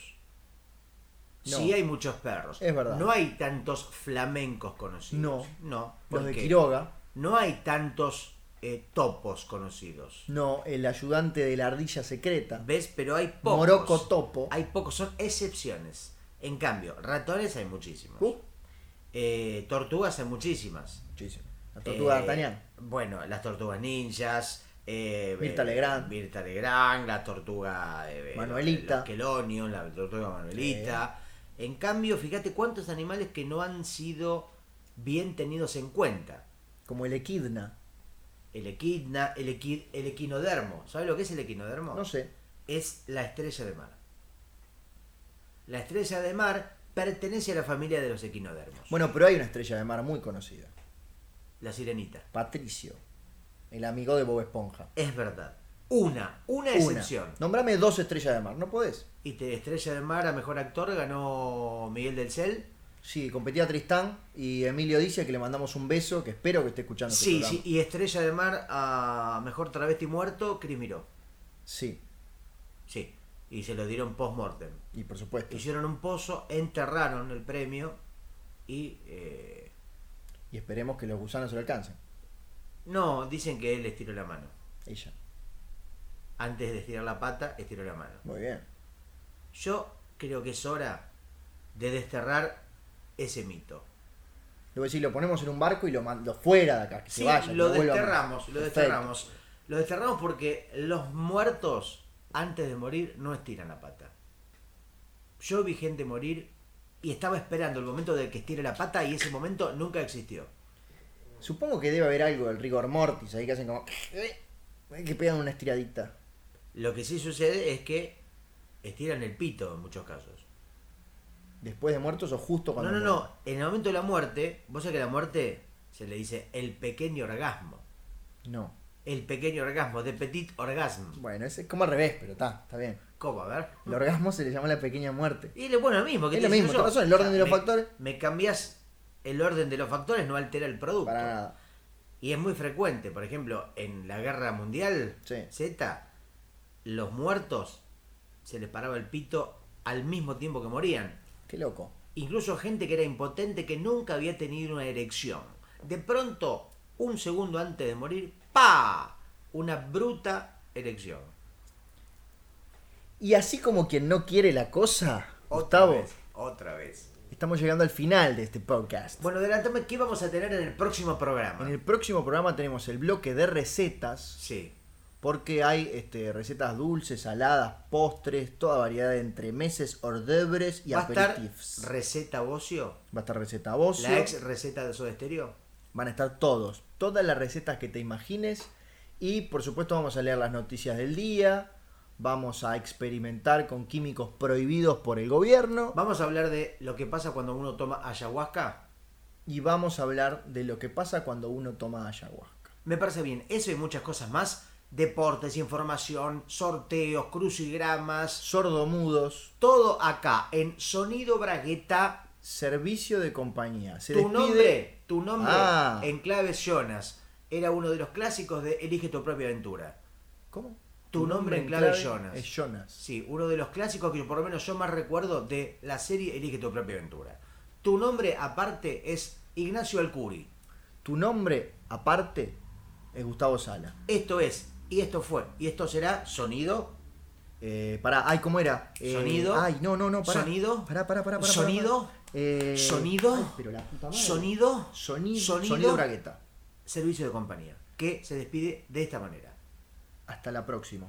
Speaker 1: No.
Speaker 2: Sí hay muchos perros.
Speaker 1: Es verdad.
Speaker 2: No hay tantos flamencos conocidos.
Speaker 1: No.
Speaker 2: No. ¿por
Speaker 1: Los de
Speaker 2: qué?
Speaker 1: Quiroga.
Speaker 2: No hay tantos eh, topos conocidos.
Speaker 1: No, el ayudante de la ardilla secreta.
Speaker 2: ¿Ves? Pero hay pocos.
Speaker 1: Moroco topo.
Speaker 2: Hay pocos, son excepciones. En cambio, ratones hay muchísimos.
Speaker 1: Uh,
Speaker 2: Eh, tortugas hay muchísimas.
Speaker 1: muchísimo. La tortuga
Speaker 2: Eh,
Speaker 1: de D'Artagnan.
Speaker 2: Bueno, las tortugas ninjas. eh,
Speaker 1: Mirta
Speaker 2: eh,
Speaker 1: Legrand.
Speaker 2: Mirta Legrand, la tortuga. eh, eh,
Speaker 1: Manuelita.
Speaker 2: los Quelonios, la tortuga Manuelita. En cambio, fíjate cuántos animales que no han sido bien tenidos en cuenta.
Speaker 1: Como el equidna.
Speaker 2: El Oh. equidna, el, equi- el equinodermo. ¿Sabes lo que es el equinodermo?
Speaker 1: No sé.
Speaker 2: Es la estrella de mar. La estrella de mar pertenece a la familia de los equinodermos.
Speaker 1: Bueno, pero hay una estrella de mar muy conocida.
Speaker 2: La sirenita.
Speaker 1: Patricio, el amigo de Bob Esponja.
Speaker 2: Es verdad. Una, una excepción.
Speaker 1: Nombrame dos estrellas de mar, ¿no podés?
Speaker 2: Y te estrella de mar a mejor actor ganó Miguel del Cel.
Speaker 1: Sí, competía Tristán y Emilio dice que le mandamos un beso, que espero que esté escuchando. este
Speaker 2: Sí,
Speaker 1: programa.
Speaker 2: sí, y estrella de mar a mejor travesti muerto, Cris Miró.
Speaker 1: Sí,
Speaker 2: Sí, y se lo dieron post-mortem.
Speaker 1: y por supuesto.
Speaker 2: Hicieron un pozo, enterraron el premio y... eh,
Speaker 1: Y esperemos que los gusanos se lo alcancen.
Speaker 2: no, dicen que él estiró la mano.
Speaker 1: Ella.
Speaker 2: Antes de estirar la pata, estiró la mano.
Speaker 1: Muy bien.
Speaker 2: Yo creo que es hora de desterrar ese mito.
Speaker 1: Luego decir, lo ponemos en un barco y lo mando fuera de acá, que
Speaker 2: Sí,
Speaker 1: se vaya. que
Speaker 2: lo
Speaker 1: no vuelva más.
Speaker 2: desterramos, lo
Speaker 1: Perfecto.
Speaker 2: desterramos. Lo desterramos porque los muertos, antes de morir, no estiran la pata. Yo vi gente morir y estaba esperando el momento de que estire la pata y ese momento nunca existió.
Speaker 1: Supongo que debe haber algo del rigor mortis ahí que hacen como. eh, que pegan una estiradita.
Speaker 2: Lo que sí sucede es que estiran el pito en muchos casos.
Speaker 1: Después de muertos o justo
Speaker 2: No,
Speaker 1: cuando.
Speaker 2: no, no.
Speaker 1: mueren.
Speaker 2: En el momento de la muerte, vos sabés que la muerte se le dice el pequeño orgasmo.
Speaker 1: No.
Speaker 2: El pequeño orgasmo, de petit orgasmo.
Speaker 1: Bueno, es es como al revés, pero está, está bien.
Speaker 2: ¿Cómo? A ver.
Speaker 1: El orgasmo se le llama la pequeña muerte.
Speaker 2: Y lo- bueno, lo mismo. que
Speaker 1: Es lo mismo, tenés razón, el orden de los factores.
Speaker 2: Me cambias el orden de los factores, no altera el producto.
Speaker 1: Para nada.
Speaker 2: Y es muy frecuente, por ejemplo, en la guerra mundial
Speaker 1: Sí.
Speaker 2: Z, los muertos se les paraba el pito al mismo tiempo que morían.
Speaker 1: Qué loco.
Speaker 2: Incluso gente que era impotente, que nunca había tenido una erección. De pronto, un segundo antes de morir, ¡pa! Una bruta erección.
Speaker 1: Y así como quien no quiere la cosa,
Speaker 2: Otra
Speaker 1: Gustavo,
Speaker 2: vez, otra vez.
Speaker 1: estamos llegando al final de este podcast.
Speaker 2: Bueno, adelantame, ¿qué vamos a tener en el próximo programa?
Speaker 1: En el próximo programa tenemos el bloque de recetas,
Speaker 2: Sí.
Speaker 1: porque hay este, recetas dulces, saladas, postres, toda variedad de entremeses, hors d'oeuvres y
Speaker 2: Va a estar
Speaker 1: aperitifs.
Speaker 2: receta Bocio,
Speaker 1: Va a estar receta ocio.
Speaker 2: la ex receta de Soda Stereo.
Speaker 1: Van a estar todos, todas las recetas que te imagines. Y por supuesto vamos a leer las noticias del día. Vamos a experimentar con químicos prohibidos por el gobierno.
Speaker 2: Vamos a hablar de lo que pasa cuando uno toma ayahuasca.
Speaker 1: Y vamos a hablar de lo que pasa cuando uno toma ayahuasca.
Speaker 2: Me parece bien, eso y muchas cosas más. Deportes, información, sorteos, crucigramas.
Speaker 1: Sordomudos,
Speaker 2: Todo acá en Sonido Bragueta.
Speaker 1: servicio de compañía. Se
Speaker 2: tu
Speaker 1: despide-
Speaker 2: nombre, tu nombre
Speaker 1: Ah.
Speaker 2: en claves Jonas. Era uno de los clásicos de Elige tu propia aventura.
Speaker 1: ¿Cómo?
Speaker 2: Tu nombre en clave es Jonas.
Speaker 1: Es Jonas.
Speaker 2: Sí, uno de los clásicos que por lo menos yo más recuerdo de la serie Elige tu propia aventura. Tu nombre aparte es Ignacio Alcuri.
Speaker 1: Tu nombre, aparte, es Gustavo Sala.
Speaker 2: Esto es, y esto fue, y esto será sonido,
Speaker 1: Eh, pará, ay, ¿cómo era? Eh,
Speaker 2: Sonido.
Speaker 1: Ay, no, no, no, pará.
Speaker 2: Sonido.
Speaker 1: Pará, pará, pará. pará,
Speaker 2: Sonido.
Speaker 1: pará, pará. Eh,
Speaker 2: Sonido.
Speaker 1: ay, pero la puta madre.
Speaker 2: sonido,
Speaker 1: Sonido.
Speaker 2: sonido,
Speaker 1: Sonido. bragueta.
Speaker 2: servicio de compañía, que se despide de esta manera.
Speaker 1: Hasta la próxima.